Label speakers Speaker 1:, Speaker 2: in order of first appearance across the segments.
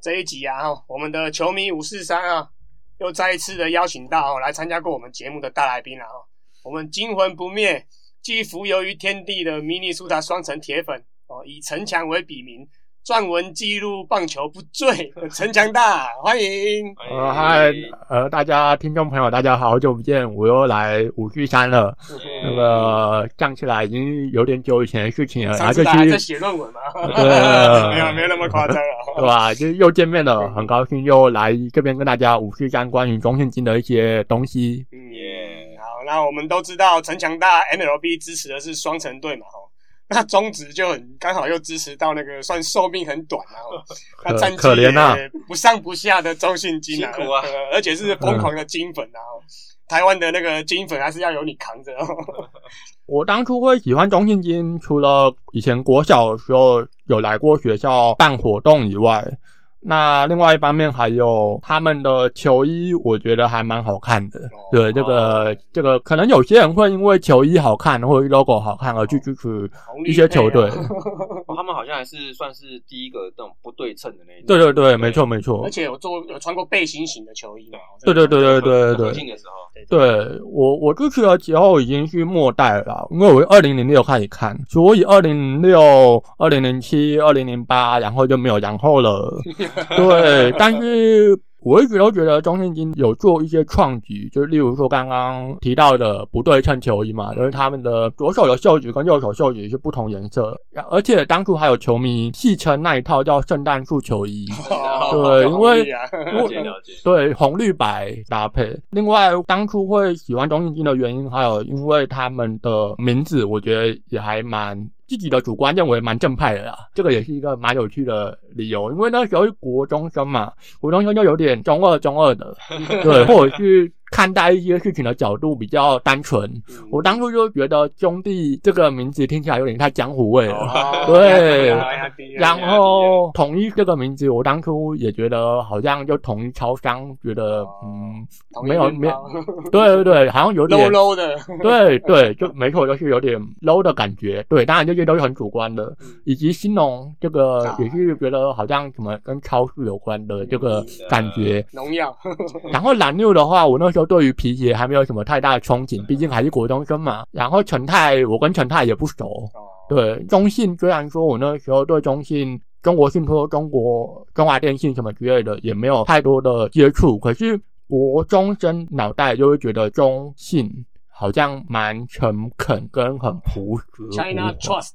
Speaker 1: 这一集啊，哈，我们的球迷五四三啊，又再一次的邀请到哦来参加过我们节目的大来宾了、啊、哦。我们惊魂不灭，既浮游于天地的迷你苏达双城铁粉哦，以城墙为笔名，撰文记录棒球不醉， 城墙大欢迎。
Speaker 2: 哎
Speaker 3: 呃，嗨，呃，大家听众朋友，大家好，好久不见，我又来五句山了。
Speaker 2: 嗯
Speaker 3: 那个站起来已经有点久以前的事情了，然
Speaker 1: 上
Speaker 3: 后
Speaker 1: 次
Speaker 3: 就
Speaker 1: 大家
Speaker 3: 去
Speaker 1: 在，写论文嘛，
Speaker 3: 对
Speaker 1: 没有没有那么夸张啊。
Speaker 3: 对吧？就是又见面了，很高兴又来这边跟大家五四三关于中信金的一些东西。
Speaker 1: 嗯，好，那我们都知道城墙大 MLB 支持的是双城队嘛，吼，那中职就很刚好又支持到那个算寿命很短啊，吼那战绩
Speaker 3: 可怜啊
Speaker 1: 也不上不下的中信金
Speaker 2: 辛苦啊
Speaker 1: 呃而且是疯狂的金粉啊，吼台湾的那个金粉还是要由你扛着哦，
Speaker 3: 我当初会喜欢中信金，除了以前国小的时候有来过学校办活动以外，那另外一方面还有他们的球衣，我觉得还蛮好看的。对，这个这个可能有些人会因为球衣好看或者 logo 好看而去支持
Speaker 1: 红绿
Speaker 3: 一些
Speaker 1: 配啊
Speaker 3: 球队。
Speaker 2: 哦他们好像还是算是第一个那种不对称的那一种。
Speaker 3: 对对对，没错没 错
Speaker 1: 而。且有做有穿过背心型的球衣嘛，吼
Speaker 3: 对对对对对
Speaker 2: 合
Speaker 3: 对
Speaker 2: 进
Speaker 3: 对，
Speaker 2: 的时候，
Speaker 3: 对我我支持的时候已经是末代了啦，因为我二零零六开始看，所以二零零六、二零零七、二零零八，然后就没有然后了。对，但是我一直都觉得中信金有做一些创举，就例如说刚刚提到的不对称球衣嘛，就是他们的左手的袖子跟右手袖子是不同颜色，然而且当初还有球迷戏称那一套叫圣诞树球衣。
Speaker 1: 哦
Speaker 3: 对
Speaker 1: 好
Speaker 3: 因为
Speaker 1: 红绿啊
Speaker 3: 因为
Speaker 2: 了解了解。
Speaker 3: 对，红绿白搭配。另外，当初会喜欢中信金的原因，还有因为他们的名字，我觉得也还蛮自己的主观认为蛮正派的啦。这个也是一个蛮有趣的理由，因为那时候是国中生嘛，国中生就有点中二中二的，对，或者是看待一些事情的角度比较单纯。
Speaker 1: 嗯
Speaker 3: 我当初就觉得“兄弟”这个名字听起来有点太江湖味了。
Speaker 1: 哦
Speaker 3: 对
Speaker 1: 哎呀哎呀
Speaker 3: 然后统一这个名字，我当初也觉得好像就统一超商，觉得嗯，没有没有，对对对，好像有
Speaker 1: low
Speaker 3: 点
Speaker 1: low 的，
Speaker 3: 对对，就没错，就是有点 low 的感觉。对，当然这些都是很主观的，以及兴农这个
Speaker 1: 啊
Speaker 3: 也是觉得好像什么跟超市有关的这个感觉。
Speaker 1: 农药，
Speaker 3: 然后蓝六的话，我那时候对于皮鞋还没有什么太大的憧憬，毕竟还是国中生嘛。然后陈泰，我跟陈泰也不熟，
Speaker 1: 哦
Speaker 3: 对中信，虽然说我那时候对中信、中国信托、中国中华电信什么之类的也没有太多的接触，可是国中生脑袋就会觉得中信好像蛮诚恳跟很朴实无华。
Speaker 1: ，China Trust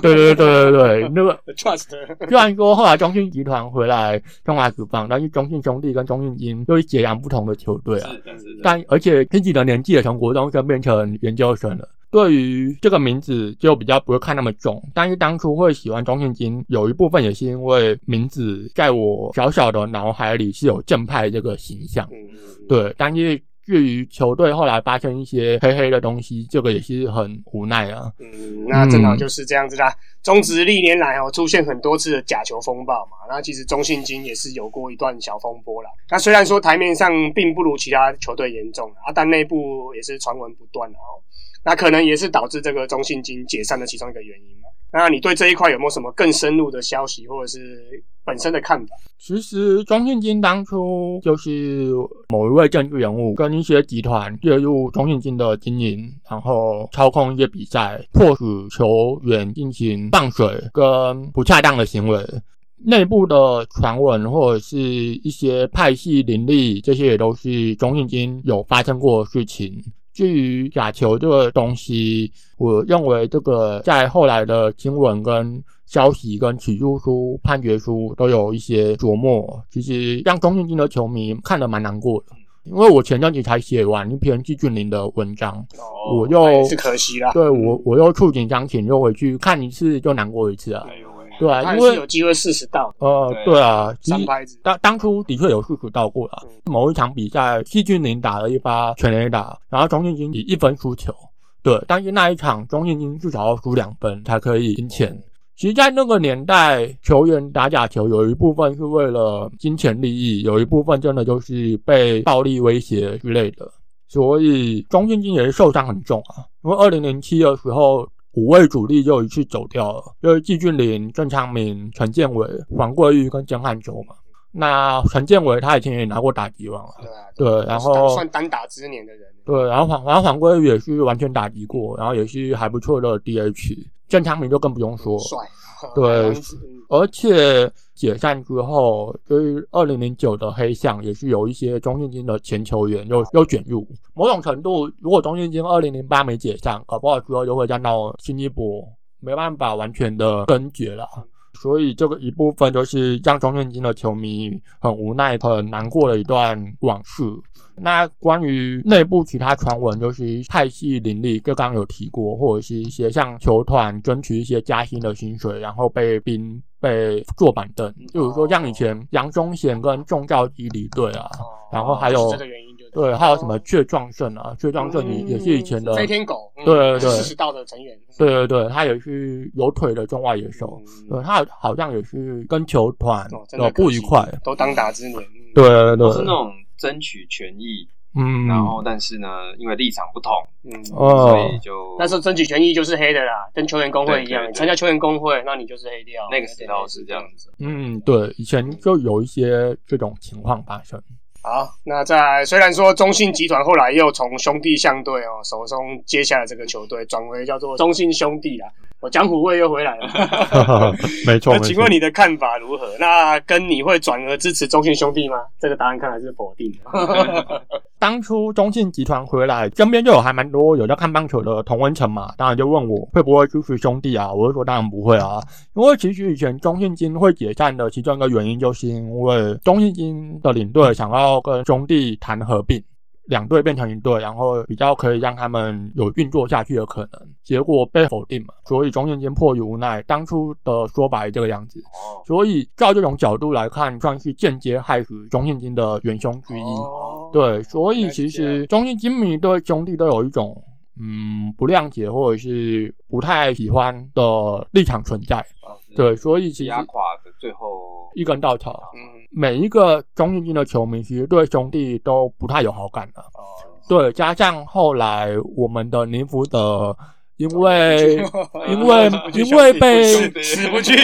Speaker 3: 对对对对对，那个
Speaker 1: Trust，
Speaker 3: 虽然说后来中信集团回来中华职棒，但是中信兄弟跟中信金又是截然不同的球队啊。
Speaker 2: 是的，是的。
Speaker 3: 但而且自己的年纪也从国中生变成研究生了。对于这个名字就比较不会看那么重，但是当初会喜欢中信金，有一部分也是因为名字在我小小的脑海里是有正派这个形象，
Speaker 1: 嗯，
Speaker 3: 对。但是至于球队后来发生一些黑黑的东西，这个也是很无奈啊。
Speaker 1: 嗯，那正好就是这样子啦。中职历年来哦，出现很多次的假球风暴嘛，那其实中信金也是有过一段小风波啦。那虽然说台面上并不如其他球队严重啊，但内部也是传闻不断啊哦。那可能也是导致这个中信金解散的其中一个原因嘛。那你对这一块有没有什么更深入的消息，或者是本身的看法？
Speaker 3: 其实中信金当初就是某一位政治人物跟一些集团介入中信金的经营，然后操控一些比赛，迫使球员进行放水跟不恰当的行为。内部的传闻或者是一些派系林立，这些也都是中信金有发生过的事情。至于假球这个东西，我认为这个在后来的新闻跟消息、跟起诉书、判决书都有一些琢磨，其实让中信金的球迷看得蛮难过的。因为我前阵子才写完一篇季俊林的文章，
Speaker 1: 哦，
Speaker 3: 我
Speaker 1: 那也
Speaker 3: 又
Speaker 1: 是可惜啦。
Speaker 3: 对我我又触景伤情，又回去看一次就难过一次啊。
Speaker 2: 哎呦喂，
Speaker 3: 对啊，
Speaker 1: 他
Speaker 3: 因
Speaker 1: 也是有
Speaker 3: 为
Speaker 1: 机会四十到
Speaker 3: 呃
Speaker 2: 对
Speaker 3: 对啊，其
Speaker 1: 三
Speaker 3: 实
Speaker 1: 拍子。嗯
Speaker 3: 当当初的确有数数到过了，某一场比赛，季俊林打了一发全垒打，然后中信金以一分输球。对，但是那一场中信金至少要输两分才可以赢钱。其实，在那个年代，球员打假球有一部分是为了金钱利益，有一部分真的就是被暴力威胁之类的。所以中信金也是受伤很重啊，因为二零零七的时候。五位主力就一次走掉了，就是季俊林、郑昌明、陈建伟、黄桂玉跟江汉洲嘛。那陈建伟他以前也拿过打击王啊，
Speaker 1: 对啊，
Speaker 3: 对，然
Speaker 1: 算
Speaker 3: 后
Speaker 1: 算单打之年的人，
Speaker 3: 对，然后黄然后黄圭也是完全打击过，然后也是还不错的 DH，郑昌明就更不用说，
Speaker 1: 帅，
Speaker 3: 对哦
Speaker 1: 嗯嗯
Speaker 3: 而且解散之后，就是二零零九的黑象也是有一些中信金的前球员又又卷入。某种程度，如果中信金二零零八没解散，搞不好之后就会沾到新一波，没办法完全的根绝了。所以这个一部分就是让中信金的球迷很无奈、很难过的一段往事。那关于内部其他传闻，就是派系林立，就刚刚有提过，或者是一些像球团争取一些加薪的薪水，然后被冰被坐板凳，比如说像以前杨宗宪跟仲兆基离队啊，
Speaker 1: 哦
Speaker 3: 然后还
Speaker 1: 是
Speaker 3: 有
Speaker 1: 这个原因就
Speaker 3: 对，还有什么雀壮盛啊，雀壮盛
Speaker 1: 嗯
Speaker 3: 也也是以前的，
Speaker 1: 飞天狗，嗯
Speaker 3: 对对
Speaker 1: 四十道的成员，
Speaker 3: 对对对，他也是有腿的中外野手，
Speaker 1: 嗯
Speaker 3: 对他好像也是跟球团
Speaker 1: 哦真的
Speaker 3: 有不愉快，
Speaker 1: 都当打之年，嗯
Speaker 3: 对对
Speaker 2: 都是那
Speaker 3: 对，
Speaker 2: 种争取权益，
Speaker 3: 呃嗯，
Speaker 2: 然后但是呢，因为立场不同，
Speaker 1: 嗯，
Speaker 3: 哦
Speaker 2: 所以就
Speaker 1: 那时候争取权益就是黑的啦，跟球员工会一样，
Speaker 2: 对对对
Speaker 1: 你参加球员工会，那你就是黑掉。
Speaker 2: 那个时候是这样
Speaker 1: 子。
Speaker 3: 嗯，对，以前就有一些这种情况发 生。
Speaker 1: 好，那在虽然说中信集团后来又从兄弟象队哦手中接下了这个球队，转为叫做中信兄弟啦，我江湖味又回来 了。
Speaker 3: 没错
Speaker 1: 那，请问你的看法如何？那跟你会转而支持中信兄弟吗？这个答案看来是否定的。
Speaker 3: 当初中信集团回来，身边就有还蛮多有在看棒球的同温层嘛，当然就问我会不会支持兄弟啊？我就说当然不会啊，因为其实以前中信金会解散的其中一个原因，就是因为中信金的领队想要跟兄弟谈合并。两队变成一队，然后比较可以让他们有运作下去的可能，结果被否定嘛，所以中信金迫于无奈，当初的说法也这个样子。
Speaker 2: 哦
Speaker 3: 所以照这种角度来看，算是间接害死中信金的元凶之一。
Speaker 1: 哦
Speaker 3: 对，所以其
Speaker 1: 原来
Speaker 3: 实
Speaker 1: 是
Speaker 3: 中信金迷对兄弟都有一种嗯不谅解或者是不太喜欢的立场存在。
Speaker 1: 哦
Speaker 3: 对，所以其实
Speaker 2: 压垮的最后
Speaker 3: 一根稻草，
Speaker 1: 这样嗯，
Speaker 3: 每一个中信金的球迷其实对兄弟都不太有好感的。
Speaker 1: 哦，
Speaker 3: 对，加上后来我们的尼福德，因为
Speaker 2: 嗯
Speaker 3: 因 为因为被
Speaker 1: 死不去。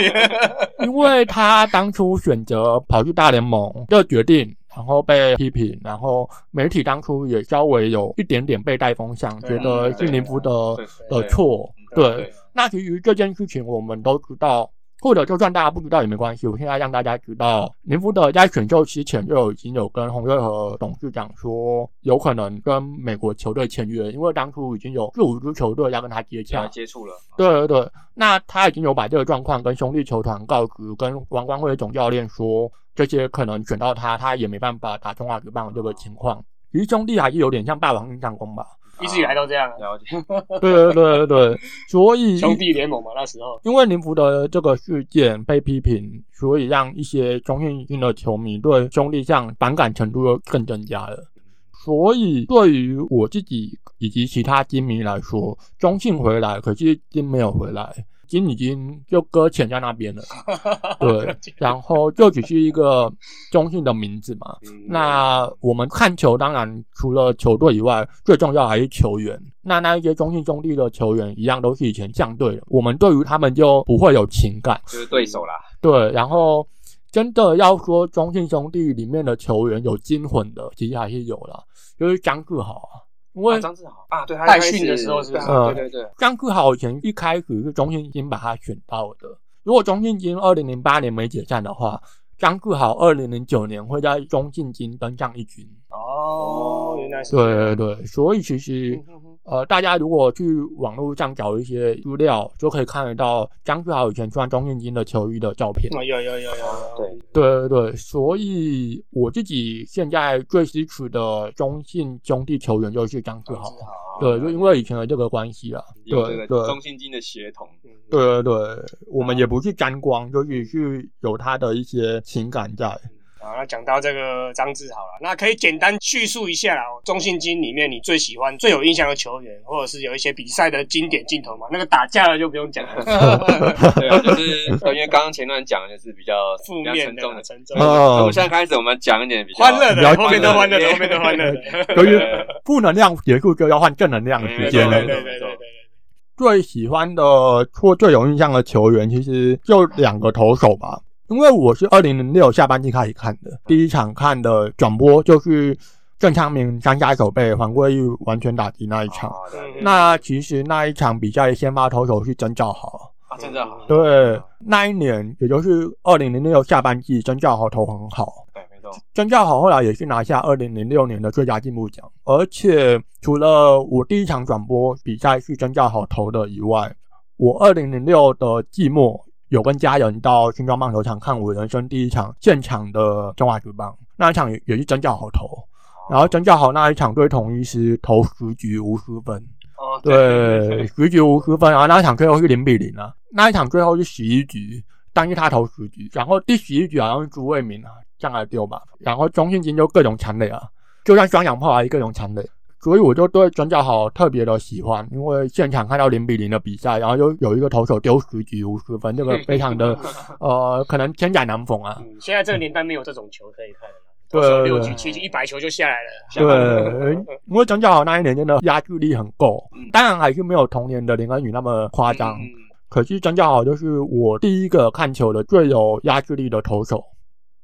Speaker 3: 因为他当初选择跑去大联盟的决定，然后被批评，然后媒体当初也稍微有一点点被带风向，
Speaker 1: 对
Speaker 3: 觉
Speaker 1: 啊
Speaker 3: 得是林福德
Speaker 2: 对
Speaker 3: 的
Speaker 2: 对
Speaker 3: 错。
Speaker 2: 嗯对
Speaker 3: 对，那其实这件事情我们都知道，或者就算大家不知道也没关系。我现在让大家知道，林福德在选秀之前就已经有跟洪瑞和董事长说，有可能跟美国球队签约，因为当初已经有四五支球队要跟他接
Speaker 2: 跟
Speaker 3: 洽
Speaker 2: 他。接触了，
Speaker 3: 对对对，那他已经有把这个状况跟兄弟球团告知，跟王光辉总教练说，这些可能选到他，他也没办法打中华职棒的这个情况。其实兄弟还是有点像霸王硬上弓吧？
Speaker 1: 一直以来都这样，啊
Speaker 2: 哦了解，
Speaker 3: 对对对对对，所 以
Speaker 1: 兄弟联盟嘛，那时候。
Speaker 3: 因为林福德这个事件被批评，所以让一些中信金的球迷对兄弟象反感程度又更增加了。所以对于我自己以及其他金迷来说，中信回来，可是金没有回来，金已经就搁浅在那边了。 对，然后就只是一个中信的名字嘛。
Speaker 2: 嗯
Speaker 3: 那我们看球，当然除了球队以外，最重要还是球员。那那一些中信兄弟的球员一样都是以前降队的，我们对于他们就不会有情感。
Speaker 2: 就是对手啦，
Speaker 3: 对，然后真的要说中信兄弟里面的球员有惊魂的，其实还是有啦，就是张志豪啊，因为嗯
Speaker 2: 啊张志豪啊，对，他
Speaker 1: 代
Speaker 2: 一开始
Speaker 1: 训的时候是不是
Speaker 2: 对啊对对，
Speaker 3: 张志豪以前一开始是中信金把他选到的。如果中信金二零零八年没解散的话，张志豪二零零九年会在中信金登上一军。
Speaker 1: 哦，原来是这样
Speaker 3: 对对对，所以其实
Speaker 1: 嗯嗯嗯
Speaker 3: 呃，大家如果去网络上找一些资料，就可以看得到张志豪以前穿中信金的球衣的照片。
Speaker 1: 哦，有有有有有，
Speaker 2: 对，
Speaker 3: 对对对，所以我自己现在最支持的中信兄弟球员就是张
Speaker 1: 哦
Speaker 3: 志豪。
Speaker 1: 啊
Speaker 3: 对，就因为以前的这个关系啊，
Speaker 2: 有这个
Speaker 3: 对对。
Speaker 2: 中信金的协同，
Speaker 1: 对，
Speaker 3: 对对对，我们也不是沾光，就是是有他的一些情感在。
Speaker 1: 嗯好，那讲到这个张志豪了，那可以简单叙述一下啦。中信金里面你最喜欢、最有印象的球员，或者是有一些比赛的经典镜头嘛？那个打架的就不用讲 了，
Speaker 2: 对啊，就是因为刚刚前段讲的就是比较
Speaker 1: 负
Speaker 2: 比较
Speaker 1: 面
Speaker 2: 沉
Speaker 1: 的
Speaker 2: 重
Speaker 1: 啦、
Speaker 2: 的，
Speaker 1: 沉重的、
Speaker 3: 哦
Speaker 2: 从现在开始我们讲一点比较
Speaker 1: 欢乐
Speaker 3: 比较
Speaker 1: 的，后面都欢乐的，
Speaker 2: 欢乐的
Speaker 1: 后面都欢乐的。
Speaker 3: 就是负能量结束就要换正能量的时
Speaker 1: 对对
Speaker 3: 间
Speaker 1: 对
Speaker 3: 了
Speaker 1: 对。对对对对，
Speaker 3: 最喜欢的或最有印象的球员，其实就两个投手吧。因为我是二零零六下半季开始看的，第一场看的转播就是郑昌明三杀手被黄桂玉完全打击那一场。
Speaker 2: 啊对对
Speaker 3: 哦嗯那其实那一场比赛的先发投手是曾兆豪，
Speaker 2: 啊真的好，
Speaker 3: 对，那一年也就是二零零六下半季，曾兆豪投很好，
Speaker 2: 对，没错，
Speaker 3: 曾兆豪后来也是拿下二零零六年的最佳进步奖，而且除了我第一场转播比赛是曾兆豪投的以外，我二零零六的季末有跟家人到新庄棒球场看我人生第一场现场的中华职棒，那一场也也是曾兆豪投，然后曾兆豪那一场对统一是投十局无失分，
Speaker 2: 哦
Speaker 3: 对，十局无失分，然后那一场最后是零比零啊，那一场最后是十一局，但是他投十局，然后第十一局好像是朱卫民啊上来丢吧，然后中信金就各种强垒啊，就算双氧炮还是各种强垒，所以我就对转角好特别的喜欢，因为现场看到零比零的比赛，然后又有一个投手丢十局无失分，这个非常的呃，可能千载难逢啊。
Speaker 1: 嗯，现在这个年代没有这种球可以看了啦，
Speaker 3: 对
Speaker 1: 投手六局七局一百球就下来了。
Speaker 2: 下
Speaker 3: 对，因为转角好那一年真的压制力很够
Speaker 2: 嗯，
Speaker 3: 当然还是没有童年的林恩宇那么夸张。
Speaker 1: 嗯
Speaker 3: 可惜张家豪就是我第一个看球的最有压制力的投手。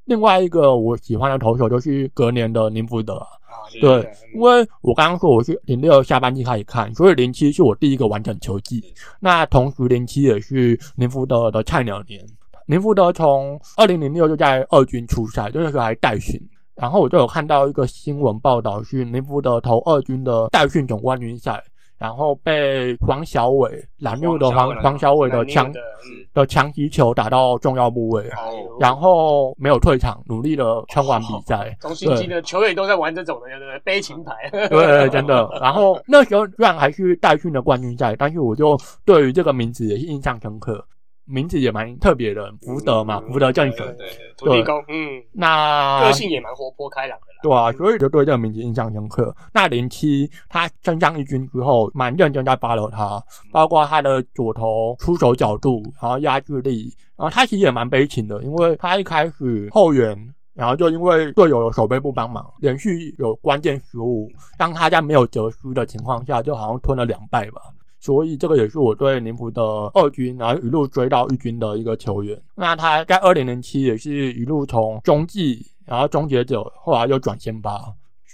Speaker 3: 另外一个我喜欢的投手就是隔年的林福德，
Speaker 1: 啊，
Speaker 2: 对
Speaker 3: 对，
Speaker 1: 嗯
Speaker 3: 因为我刚刚说我是零六下半季开始看，所以零七是我第一个完整球季。那同时零七也是林福德的菜鸟年，林福德从二零零六就在二军出赛，就那时候还代训。然后我就有看到一个新闻报道，是林福德投二军的代训总冠军赛，然后被黄小伟拦路的黄黄
Speaker 2: 黄
Speaker 3: 小
Speaker 2: 小
Speaker 3: 伟
Speaker 1: 那
Speaker 3: 的
Speaker 1: 你有
Speaker 3: 枪
Speaker 1: 的
Speaker 2: 是
Speaker 3: 的强击球打到重要部
Speaker 2: 哦
Speaker 3: 位，
Speaker 1: 嗯。
Speaker 3: 然后没有退场，努力的撑完比赛
Speaker 2: 哦
Speaker 1: 中信金的球员都在玩这种的，对不对？悲情牌，
Speaker 3: 对，真的。然后那时候虽然还是代训的冠军赛，但是我就对于这个名字也是印象深刻，名字也蛮特别的，福德嘛，
Speaker 1: 嗯
Speaker 3: 福德正
Speaker 2: 对
Speaker 3: 神。
Speaker 2: 对对，
Speaker 1: 土地公，嗯，
Speaker 3: 那
Speaker 1: 个性也蛮活泼开朗的啦。
Speaker 3: 对啊，所以就对这个名字印象深刻。那零七他升上一军之后，蛮认真在 follow 他，包括他的左投出手角度，然后压制力，然后他其实也蛮悲情的，因为他一开始后援。然后就因为队友的守备不帮忙，连续有关键失误，让他在没有哲思的情况下，就好像吞了两败吧。所以这个也是我对林福的二军，然后一路追到一军的一个球员。那他在二零零七也是一路从中继，然后终结者，后来又转先发。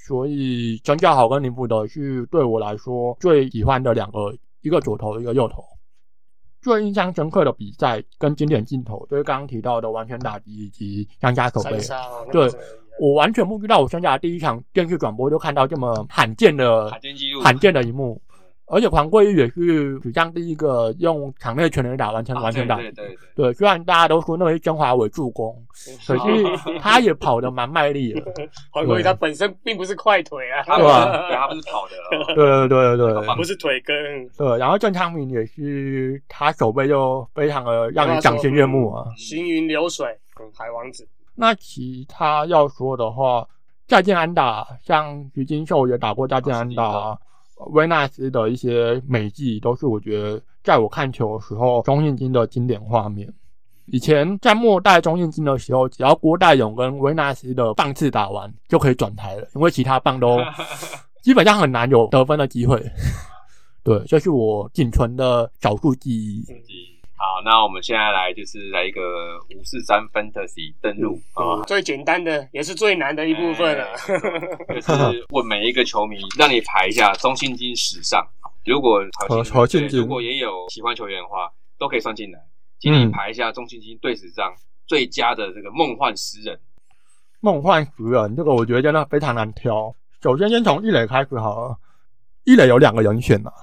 Speaker 3: 所以张家豪跟林福德是对我来说最喜欢的两个，一个左投，一个右投。最印象深刻的比赛跟经典镜头，就是刚刚提到的完全打击以及张家手背
Speaker 1: 三。杀哦，那
Speaker 3: 对
Speaker 1: 个真的很厉害
Speaker 3: 我完全不知道，我参加第一场电视转播就看到这么罕见的
Speaker 2: 罕见记录，
Speaker 3: 罕见的一幕。而且黄桂玉也是史上第一个用场内全垒打完成
Speaker 2: 啊
Speaker 3: 完全打
Speaker 2: 对
Speaker 3: 击。
Speaker 2: 对 对
Speaker 3: 对，虽然大家都说那个是曾华伟助攻，可是他也跑得蛮卖 力的。
Speaker 1: 黄国瑜他本身并不是快腿啊，
Speaker 2: 他
Speaker 3: 对
Speaker 2: 不
Speaker 3: 啊
Speaker 2: 是对他不是跑的哦，
Speaker 3: 对对对 对
Speaker 1: 不是腿根，嗯
Speaker 3: 对，然后郑昌明也是，他手背就非常的让你赏心悦目啊。
Speaker 1: 行云流水，嗯海王子，
Speaker 3: 那其他要说的话，再见安打，像徐金秀也打过再见安打，维纳斯的一些美技都是我觉得在我看球的时候中信金的经典画面。以前在末代中信金的时候，只要郭代勇跟维纳斯的棒次打完就可以转台了，因为其他棒都基本上很难有得分的机会。 对，这是我仅存的少数记忆。
Speaker 1: 嗯
Speaker 2: 好，那我们现在来就是来一个五四三 fantasy 登录
Speaker 3: 嗯
Speaker 2: 啊，
Speaker 1: 哦最简单的也是最难的一部分啊了。
Speaker 2: 哎就是问每一个球迷，让你排一下中信金史上，如果
Speaker 3: 好好进
Speaker 2: 对
Speaker 3: 进
Speaker 2: 如果也有喜欢球员的话，都可以算进来，请你排一下中信金队史上最佳的这个梦幻十人，
Speaker 3: 梦幻十人，这个我觉得真的非常难挑。首先先从一垒开始好了，一垒有两个人选啊，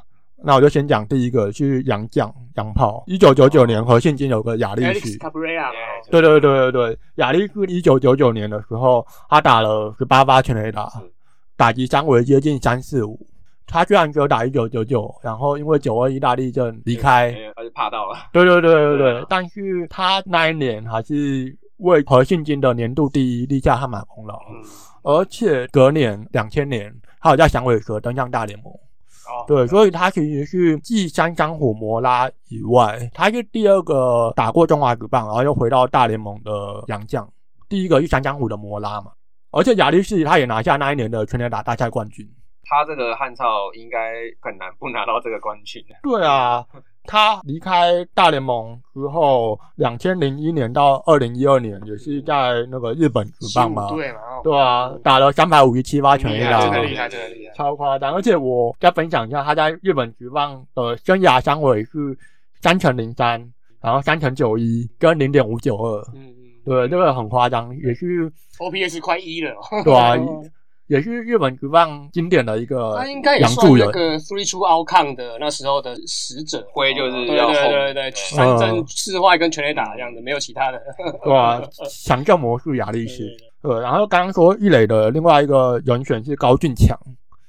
Speaker 3: 那我就先讲第一个是杨绛杨炮，一九九九年和现今有个亚力
Speaker 1: Alex
Speaker 3: 士。
Speaker 1: Cabrera 嘛
Speaker 2: 对
Speaker 3: 对对对对对，亚力士一九九九年的时候，他打了十八发全垒打
Speaker 2: 是，
Speaker 3: 打击三围接近三四五。他居然只有打一九九九，然后因为九二一大地震离开，
Speaker 2: 哎他就怕到了，
Speaker 3: 对对对对
Speaker 2: 对啊
Speaker 3: 对，但是他那一年还是为何信金的年度第一立下汗马功劳。
Speaker 1: 嗯，
Speaker 3: 而且隔年两千年，他有在响尾蛇登上大联盟。
Speaker 1: 哦，
Speaker 2: 嗯
Speaker 3: 对，所以他其实是继三张火摩拉以外，他是第二个打过中华职棒，然后又回到大联盟的洋将。第一个是三张虎的摩拉嘛，而且亚力士他也拿下那一年的全垒打大赛冠军。
Speaker 2: 他这个汉超应该很难不拿到这个冠军。
Speaker 3: 对啊，他离开大联盟之后，两千零一年到二零一二年也是在那个日本职棒嘛，
Speaker 1: 对嘛，哦
Speaker 3: 对啊，打了三百五十七发全
Speaker 2: 厉
Speaker 3: 垒
Speaker 2: 害
Speaker 3: 打，
Speaker 1: 真的
Speaker 2: 对
Speaker 1: 厉害，真的厉害。
Speaker 3: 超夸张！而且我再分享一下，他在日本职棒的生涯三围是三乘零三，然后三乘九一跟零点五九二，
Speaker 1: 嗯嗯
Speaker 3: 对，这个很夸张，也是
Speaker 1: ，OPS 快一了，
Speaker 3: 对啊，也是日本职棒经典的一个
Speaker 1: 他应该也
Speaker 3: 杨
Speaker 1: 算
Speaker 3: 助
Speaker 1: 那
Speaker 3: 人。
Speaker 1: 个 Three Two Outcome 的那时候的使者，
Speaker 2: 会就是
Speaker 1: 哦对
Speaker 2: 要
Speaker 1: 对
Speaker 2: 后
Speaker 1: 对对，
Speaker 2: 对
Speaker 1: 三振四坏跟全垒打这样子，没有其 他的。
Speaker 3: 对啊，强调魔术亚历士。对，然后刚刚说一垒的另外一个人选是高俊强，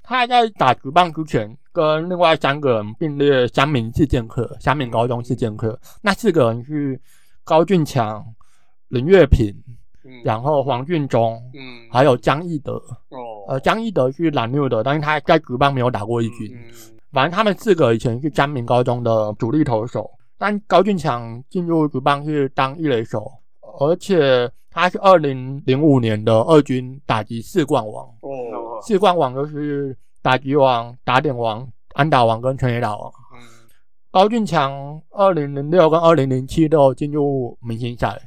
Speaker 3: 他在打直棒之前跟另外三个人并列三名是剑客，三名高中是剑客，那四个人是高俊强、林月平，
Speaker 1: 嗯
Speaker 3: 然后黄俊忠，
Speaker 1: 嗯，
Speaker 3: 还有江义德。
Speaker 1: 哦，
Speaker 3: 呃，江义德是蓝六的，但是他在直棒没有打过一局。
Speaker 1: 嗯
Speaker 3: 反正他们四个以前是三明高中的主力投手，但高俊强进入职棒是当一垒手，而且他是二零零五年的二军打击四冠王，
Speaker 1: 哦，
Speaker 3: 四冠王就是打击王、打点王、安打王跟全垒打王。
Speaker 1: 嗯
Speaker 3: 高俊强二零零六跟二零零七都有进入明星赛。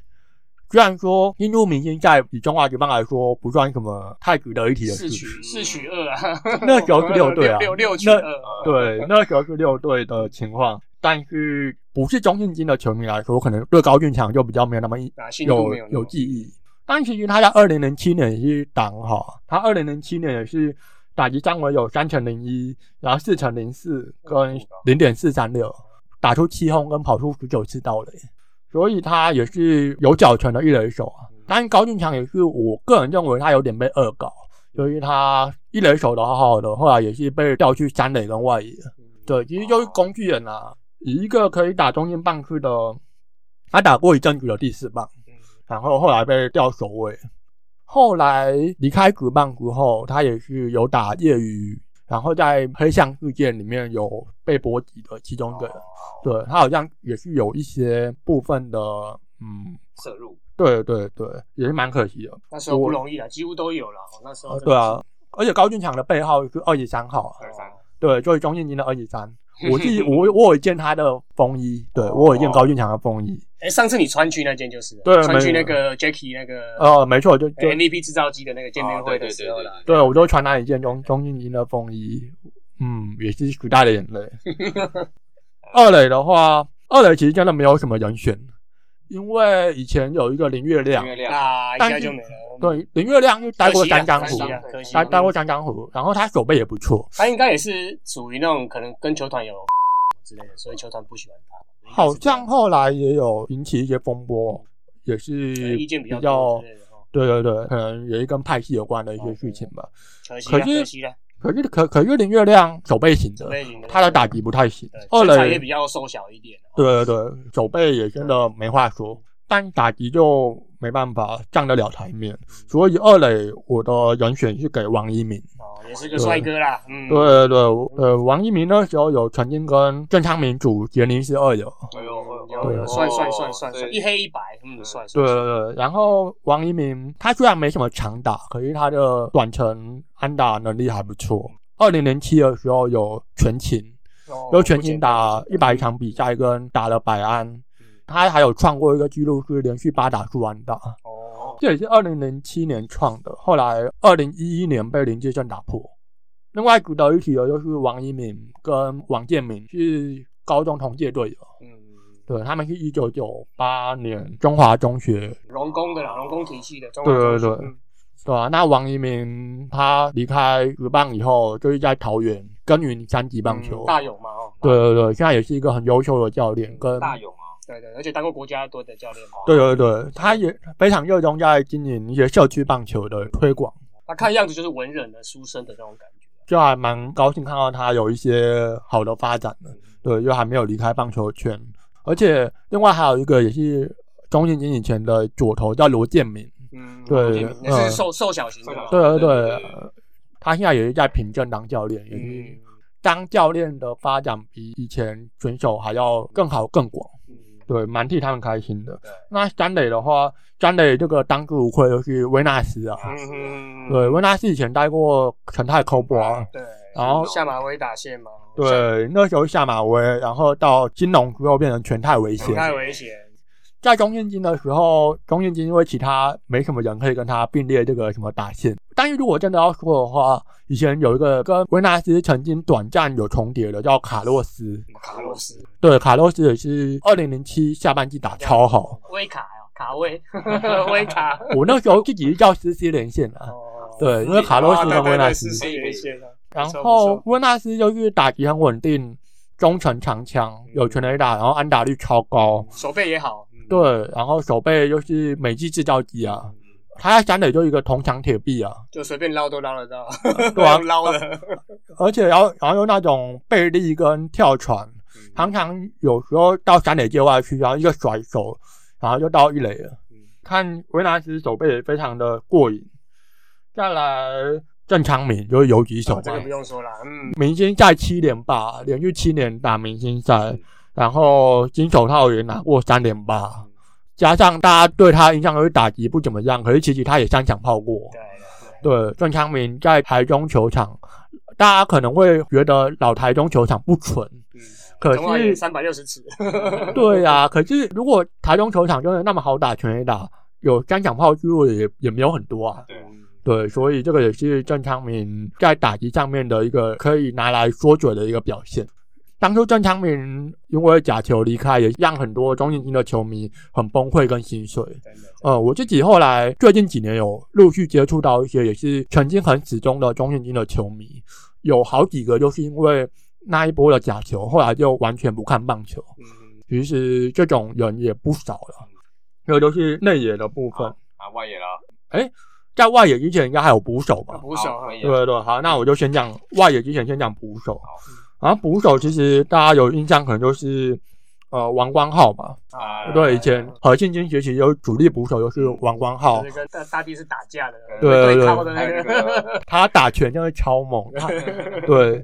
Speaker 3: 虽然说进入明星赛以中华职棒来说不算什么太值得一提的事
Speaker 1: 四
Speaker 3: 情，
Speaker 1: 取四取二 啊，
Speaker 3: 那时候是六队啊
Speaker 1: 六六取
Speaker 3: 那
Speaker 1: 二，
Speaker 3: 对，那时候是六队的情况，但是不是中信金的球迷来说，可能对高俊强就比较没有那么
Speaker 1: 啊信度
Speaker 3: 有
Speaker 1: 没有那么
Speaker 3: 有记忆。但其实他在二零零七年也是打很好，他二零零七年也是打击三围有三乘零一，然后四乘零四
Speaker 1: 哦
Speaker 3: 跟零点四三六，打出七轰跟跑出十九次盗垒，所以他也是有脚程的一垒手
Speaker 1: 嗯
Speaker 3: 啊。但是高俊强也是我个人认为他有点被恶搞，由于他一垒手的好好的，后来也是被调去三垒跟外野。对，
Speaker 2: 哦
Speaker 3: 其实
Speaker 1: 哦
Speaker 3: 就是工具人啊，以一个可以打中间棒去的，他打过一阵子的第四棒，
Speaker 2: 嗯
Speaker 3: 然后后来被调守卫，后来离开职棒之后，他也是有打业余，然后在黑象事件里面有被波及的其中一
Speaker 2: 哦
Speaker 3: 个人，对他好像也是有一些部分的，嗯，
Speaker 2: 摄入，
Speaker 3: 对对对，也是蛮可惜的，
Speaker 1: 那时候不容易了，啊几乎都有了。哦那时
Speaker 2: 哦
Speaker 1: 候
Speaker 3: 呃，对啊，而且高俊强的背号是二十三号啊，
Speaker 2: 二三，
Speaker 3: 对，就是钟建金的二 十三。我自己我我有一件他的风衣，对
Speaker 2: 哦
Speaker 3: 我有一件高俊强的风衣。
Speaker 1: 哎，上次你穿去那件就是了，
Speaker 3: 对
Speaker 1: 穿去
Speaker 3: 没
Speaker 1: 那
Speaker 3: 有
Speaker 1: 个 Jacky 那个
Speaker 2: 哦
Speaker 1: 哎
Speaker 3: 呃，没错，就
Speaker 2: 哎
Speaker 3: 就
Speaker 1: MVP 制造机的那个见面会的时候啦。
Speaker 3: 哦对我就穿那一件钟钟建金的风衣，嗯，也是时代的眼泪。二垒的话，二垒其实真的没有什么人选，因为以前有一个林月亮，
Speaker 2: 月亮，
Speaker 1: 啊，应
Speaker 3: 但
Speaker 1: 该
Speaker 3: 是
Speaker 1: 就没了。，
Speaker 3: 对林月亮就待过三张
Speaker 1: 可
Speaker 3: 虎
Speaker 1: 惜，啊可惜
Speaker 3: 待
Speaker 1: 啊
Speaker 3: 待过三张虎，然后他手背也不错，
Speaker 1: 他应该也是属于那种可能跟球团有之类的，所以球团不喜欢他。应该是
Speaker 3: 好
Speaker 1: 这样
Speaker 3: 像后来也有引起一些风波，也是
Speaker 1: 可呃能意见比较多
Speaker 3: 较
Speaker 1: 之类的哦
Speaker 3: 对对对，可能也是跟派系有关的一些事情吧。
Speaker 1: 可惜了，啊
Speaker 3: 可是
Speaker 1: 可惜了，
Speaker 3: 可是可可是林月亮手背型的
Speaker 1: 手背型的，
Speaker 3: 他的打击不太行
Speaker 1: 对，
Speaker 3: 二
Speaker 1: 身材也
Speaker 3: 垒
Speaker 1: 比较瘦小一点。哦，
Speaker 3: 对对对，手背也真的没话说，但打击就没办法上得了台
Speaker 1: 嗯
Speaker 3: 面，所以二垒我的人选是给王一鸣。
Speaker 1: 哦，也是个帅哥啦，嗯，
Speaker 3: 对，对对，呃，王一鸣那时候有曾经跟郑昌明组杰尼斯二友，
Speaker 2: 哎呦，
Speaker 1: 有有
Speaker 3: 哦
Speaker 1: 算算算算算，一黑一白，嗯，算
Speaker 3: 对
Speaker 1: 算
Speaker 3: 对
Speaker 1: 算，
Speaker 3: 对，然后王一鸣他虽然没什么长打，可是他的短程安打能力还不错。二零零七的时候有全勤，
Speaker 1: 哦
Speaker 3: 有全勤打一
Speaker 1: 嗯
Speaker 3: 百场比赛，跟打了百安，他还有创过一个纪录是连续八打数安打，
Speaker 1: 哦，
Speaker 3: 这也是二零零七年创的，后来二零一一年被林志胜打破。另外值得一提的就是王一鸣跟王建民是高中同届队友，
Speaker 1: 嗯，
Speaker 3: 对他们是一九九八年中华中学，
Speaker 1: 龙工的啦，龙工体系的，中
Speaker 3: 对
Speaker 1: 华
Speaker 3: 对
Speaker 1: 中
Speaker 3: 对
Speaker 1: 学，嗯
Speaker 3: 对吧、那王一鸣他离开职棒以后，就是在桃园耕耘三级棒球
Speaker 1: 嗯，大勇嘛，哦，嗯
Speaker 3: 对对对，现在也是一个很优秀的教练，跟
Speaker 2: 大勇啊，
Speaker 1: 哦对对，而且当过国家队的教练嘛，哦
Speaker 3: 对对对，他也非常热衷在经营一些社区棒球的推广，
Speaker 1: 他看样子就是文人的书生的那种感觉。
Speaker 3: 就还蛮高兴看到他有一些好的发展的。对，又还没有离开棒球圈，而且另外还有一个也是中信金以前的左投叫罗建明，
Speaker 1: 嗯，
Speaker 3: 对
Speaker 2: 罗建
Speaker 1: 也是
Speaker 3: 嗯
Speaker 1: 瘦瘦小型的嘛，
Speaker 3: 对
Speaker 2: 对
Speaker 3: 对对
Speaker 2: 对对，
Speaker 3: 他现在也是在平镇当教练，也是
Speaker 1: 嗯，
Speaker 3: 当教练的发展比以前选手还要更好更广。
Speaker 1: 嗯
Speaker 3: 对，蛮替他们开心的
Speaker 1: 对。
Speaker 3: 那詹磊的话，詹磊这个当之无愧就是维纳斯啊，
Speaker 1: 嗯嗯，
Speaker 3: 对，维纳斯以前待过陈泰科波啊，
Speaker 1: 对，
Speaker 3: 然后
Speaker 1: 下马威打线嘛，哦
Speaker 3: 对，那时候下马威，然后到金融之后变成全泰威
Speaker 1: 不
Speaker 3: 胁。
Speaker 1: 太危险。
Speaker 3: 在中现金的时候，中现金因为其他没什么人可以跟他并列这个什么打线。但是如果真的要说的话，以前有一个跟维纳斯曾经短暂有重叠的叫卡洛斯，
Speaker 1: 卡洛斯
Speaker 3: 对，卡洛斯也是二零零七下半季打超好。
Speaker 4: 威卡呀，卡威，
Speaker 1: 威 卡，
Speaker 3: 我那时候自己是叫思思连线啊，
Speaker 1: 哦，
Speaker 3: 对，因为卡洛斯
Speaker 1: 啊
Speaker 3: 跟
Speaker 1: 对
Speaker 3: 维
Speaker 1: 对
Speaker 3: 纳
Speaker 1: 对，
Speaker 3: 斯
Speaker 1: 是，是连线啊，
Speaker 3: 然
Speaker 1: 错不
Speaker 3: 后
Speaker 1: 错
Speaker 3: 温纳斯就是打击很稳定，中程长枪，有全垒打，然后安打率超高，
Speaker 1: 手背也好，嗯，
Speaker 3: 对，然后手背就是美记制造机啊，
Speaker 2: 嗯
Speaker 3: 他在三垒就一个铜墙铁 壁啊，
Speaker 1: 就随便捞都捞得到，
Speaker 3: 对啊
Speaker 1: 捞了，
Speaker 3: 而且然后然后又那种背力跟跳传，常常有时候到三垒界外区，然后一个甩手，然后就到一垒了
Speaker 1: 嗯。
Speaker 3: 看维纳斯手背也非常的过瘾，再来郑昌明就是游击手
Speaker 1: 哦这个
Speaker 3: 嘛
Speaker 1: 不，用说了，嗯，
Speaker 3: 明星赛七连霸，连续七年打明星赛，然后金手套也拿过三连
Speaker 1: 嗯
Speaker 3: 霸，加上大家对他印象都是打击不怎么样，可是其实他也三抢炮过。
Speaker 1: 对对对，
Speaker 3: 对，郑昌明在台中球场，大家可能会觉得老台中球场不纯，
Speaker 1: 嗯，
Speaker 3: 可
Speaker 1: 中华也
Speaker 3: 是
Speaker 1: 三百六 十尺，
Speaker 3: 对呀、可是如果台中球场真的那么好打全垒打，有三抢炮记录也也没有很多啊。
Speaker 2: 对啊
Speaker 1: 嗯
Speaker 3: 对，所以这个也是郑昌明在打击上面的一个可以拿来说嘴的一个表现。当初郑昌明因为假球离开，也让很多中信金的球迷很崩溃跟心碎。
Speaker 1: 真的，
Speaker 3: 呃，我自己后来最近几年有陆续接触到一些也是曾经很死忠的中信金的球迷，有好几个就是因为那一波的假球，后来就完全不看棒球。
Speaker 1: 嗯，
Speaker 3: 其实这种人也不少了。这个就是内野的部分，
Speaker 2: 啊，外野啦，
Speaker 3: 在外野之前应该还有捕手吧？
Speaker 1: 捕手
Speaker 2: 好外野
Speaker 3: 对对对，好，那我就先讲外野之前，先讲捕手。啊然后捕手其实大家有印象，可能就是呃王光浩吧。
Speaker 1: 哎
Speaker 2: 啊，
Speaker 3: 对，以前核心金学习有主力捕手就是王光浩
Speaker 1: 就是，跟大大地是打架的，对
Speaker 3: 对对
Speaker 1: 靠的
Speaker 2: 还
Speaker 1: 那
Speaker 2: 有那
Speaker 1: 个，
Speaker 2: 个
Speaker 3: 他打拳真的超猛。 他对，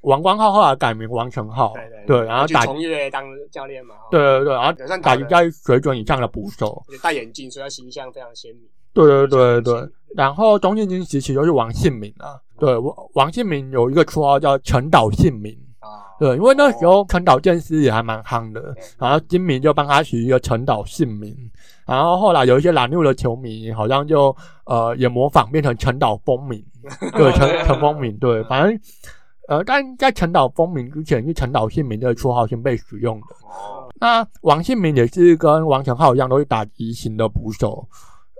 Speaker 3: 王光浩后来改名王成浩
Speaker 1: 对对，
Speaker 3: 对，然后
Speaker 1: 去
Speaker 3: 打对
Speaker 1: 从业当教练嘛，哦，
Speaker 3: 对对，然后
Speaker 1: 有算
Speaker 3: 打
Speaker 1: 打
Speaker 3: 击
Speaker 1: 的
Speaker 3: 在水准以上的捕手。
Speaker 1: 也戴眼镜，所以他形象非常鲜明，
Speaker 3: 对对对对，然后中间经时期就是王信明啊，对，王王信明有一个绰号叫陈岛信明，
Speaker 1: 啊，
Speaker 3: 对，因为那时候陈岛健司也还蛮夯的，然后金明就帮他取一个陈岛信明，然后后来有一些蓝六的球迷好像就呃也模仿变成陈岛风明，对，陈陈风明，对，反正。呃，但在陈岛风明之前，是陈岛信明这个绰号先被使用的。
Speaker 2: 哦，
Speaker 3: 那王信明也是跟王成浩一样，都是打击型的捕手。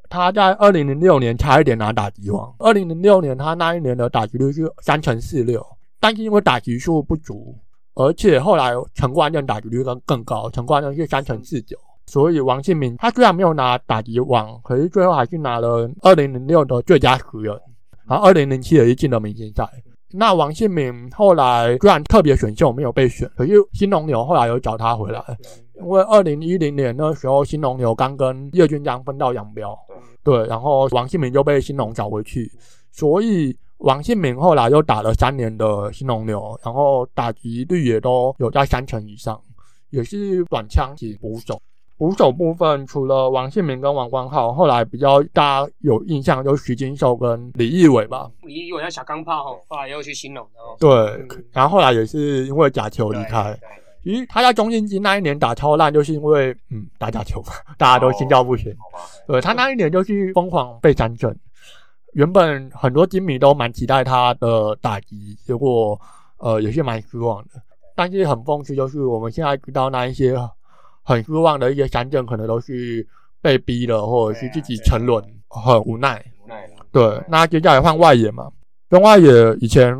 Speaker 3: 他在二零零六年差一点拿打击王，二零零六年他那一年的打击率是三乘四六，但是因为打击数不足，而且后来陈冠任打击率更更高，陈冠任是三乘四九。所以王信明他虽然没有拿打击王，可是最后还是拿了二零零六的最佳十人，然后二零零七也是进了明星赛。那王信明后来虽然特别选秀没有被选，可是新龙牛后来有找他回来，
Speaker 1: 嗯
Speaker 3: 因为二零一零年那时候新龙牛刚跟叶军章分道扬镳，对，然后王信明就被新龙找回去，所以王信明后来又打了三年的新龙牛，然后打击率也都有在三成以上，也是短枪及捕手。捕手部分除了王信明跟王光浩，后来比较大家有印象就是徐金寿跟李义伟吧，
Speaker 1: 以以为他小钢炮哦，后来又去新农的哦，
Speaker 3: 对
Speaker 1: 嗯，
Speaker 3: 然后后来也是因为假球离开。
Speaker 1: 对，
Speaker 3: 其实他在中信金那一年打超烂，就是因为嗯打假球嘛，大家都心照不宣。
Speaker 2: 哦好吧，
Speaker 3: 对他那一年就是疯狂被三振，原本很多金迷都蛮期待他的打击，结果呃也是蛮失望的。但是很讽刺，就是我们现在知道那一些很失望的一些三振，可能都是被逼的，或者
Speaker 2: 啊
Speaker 3: 是自己沉沦，很无奈。
Speaker 2: 无奈了，
Speaker 3: 对，那接下来换外野嘛，中外野以前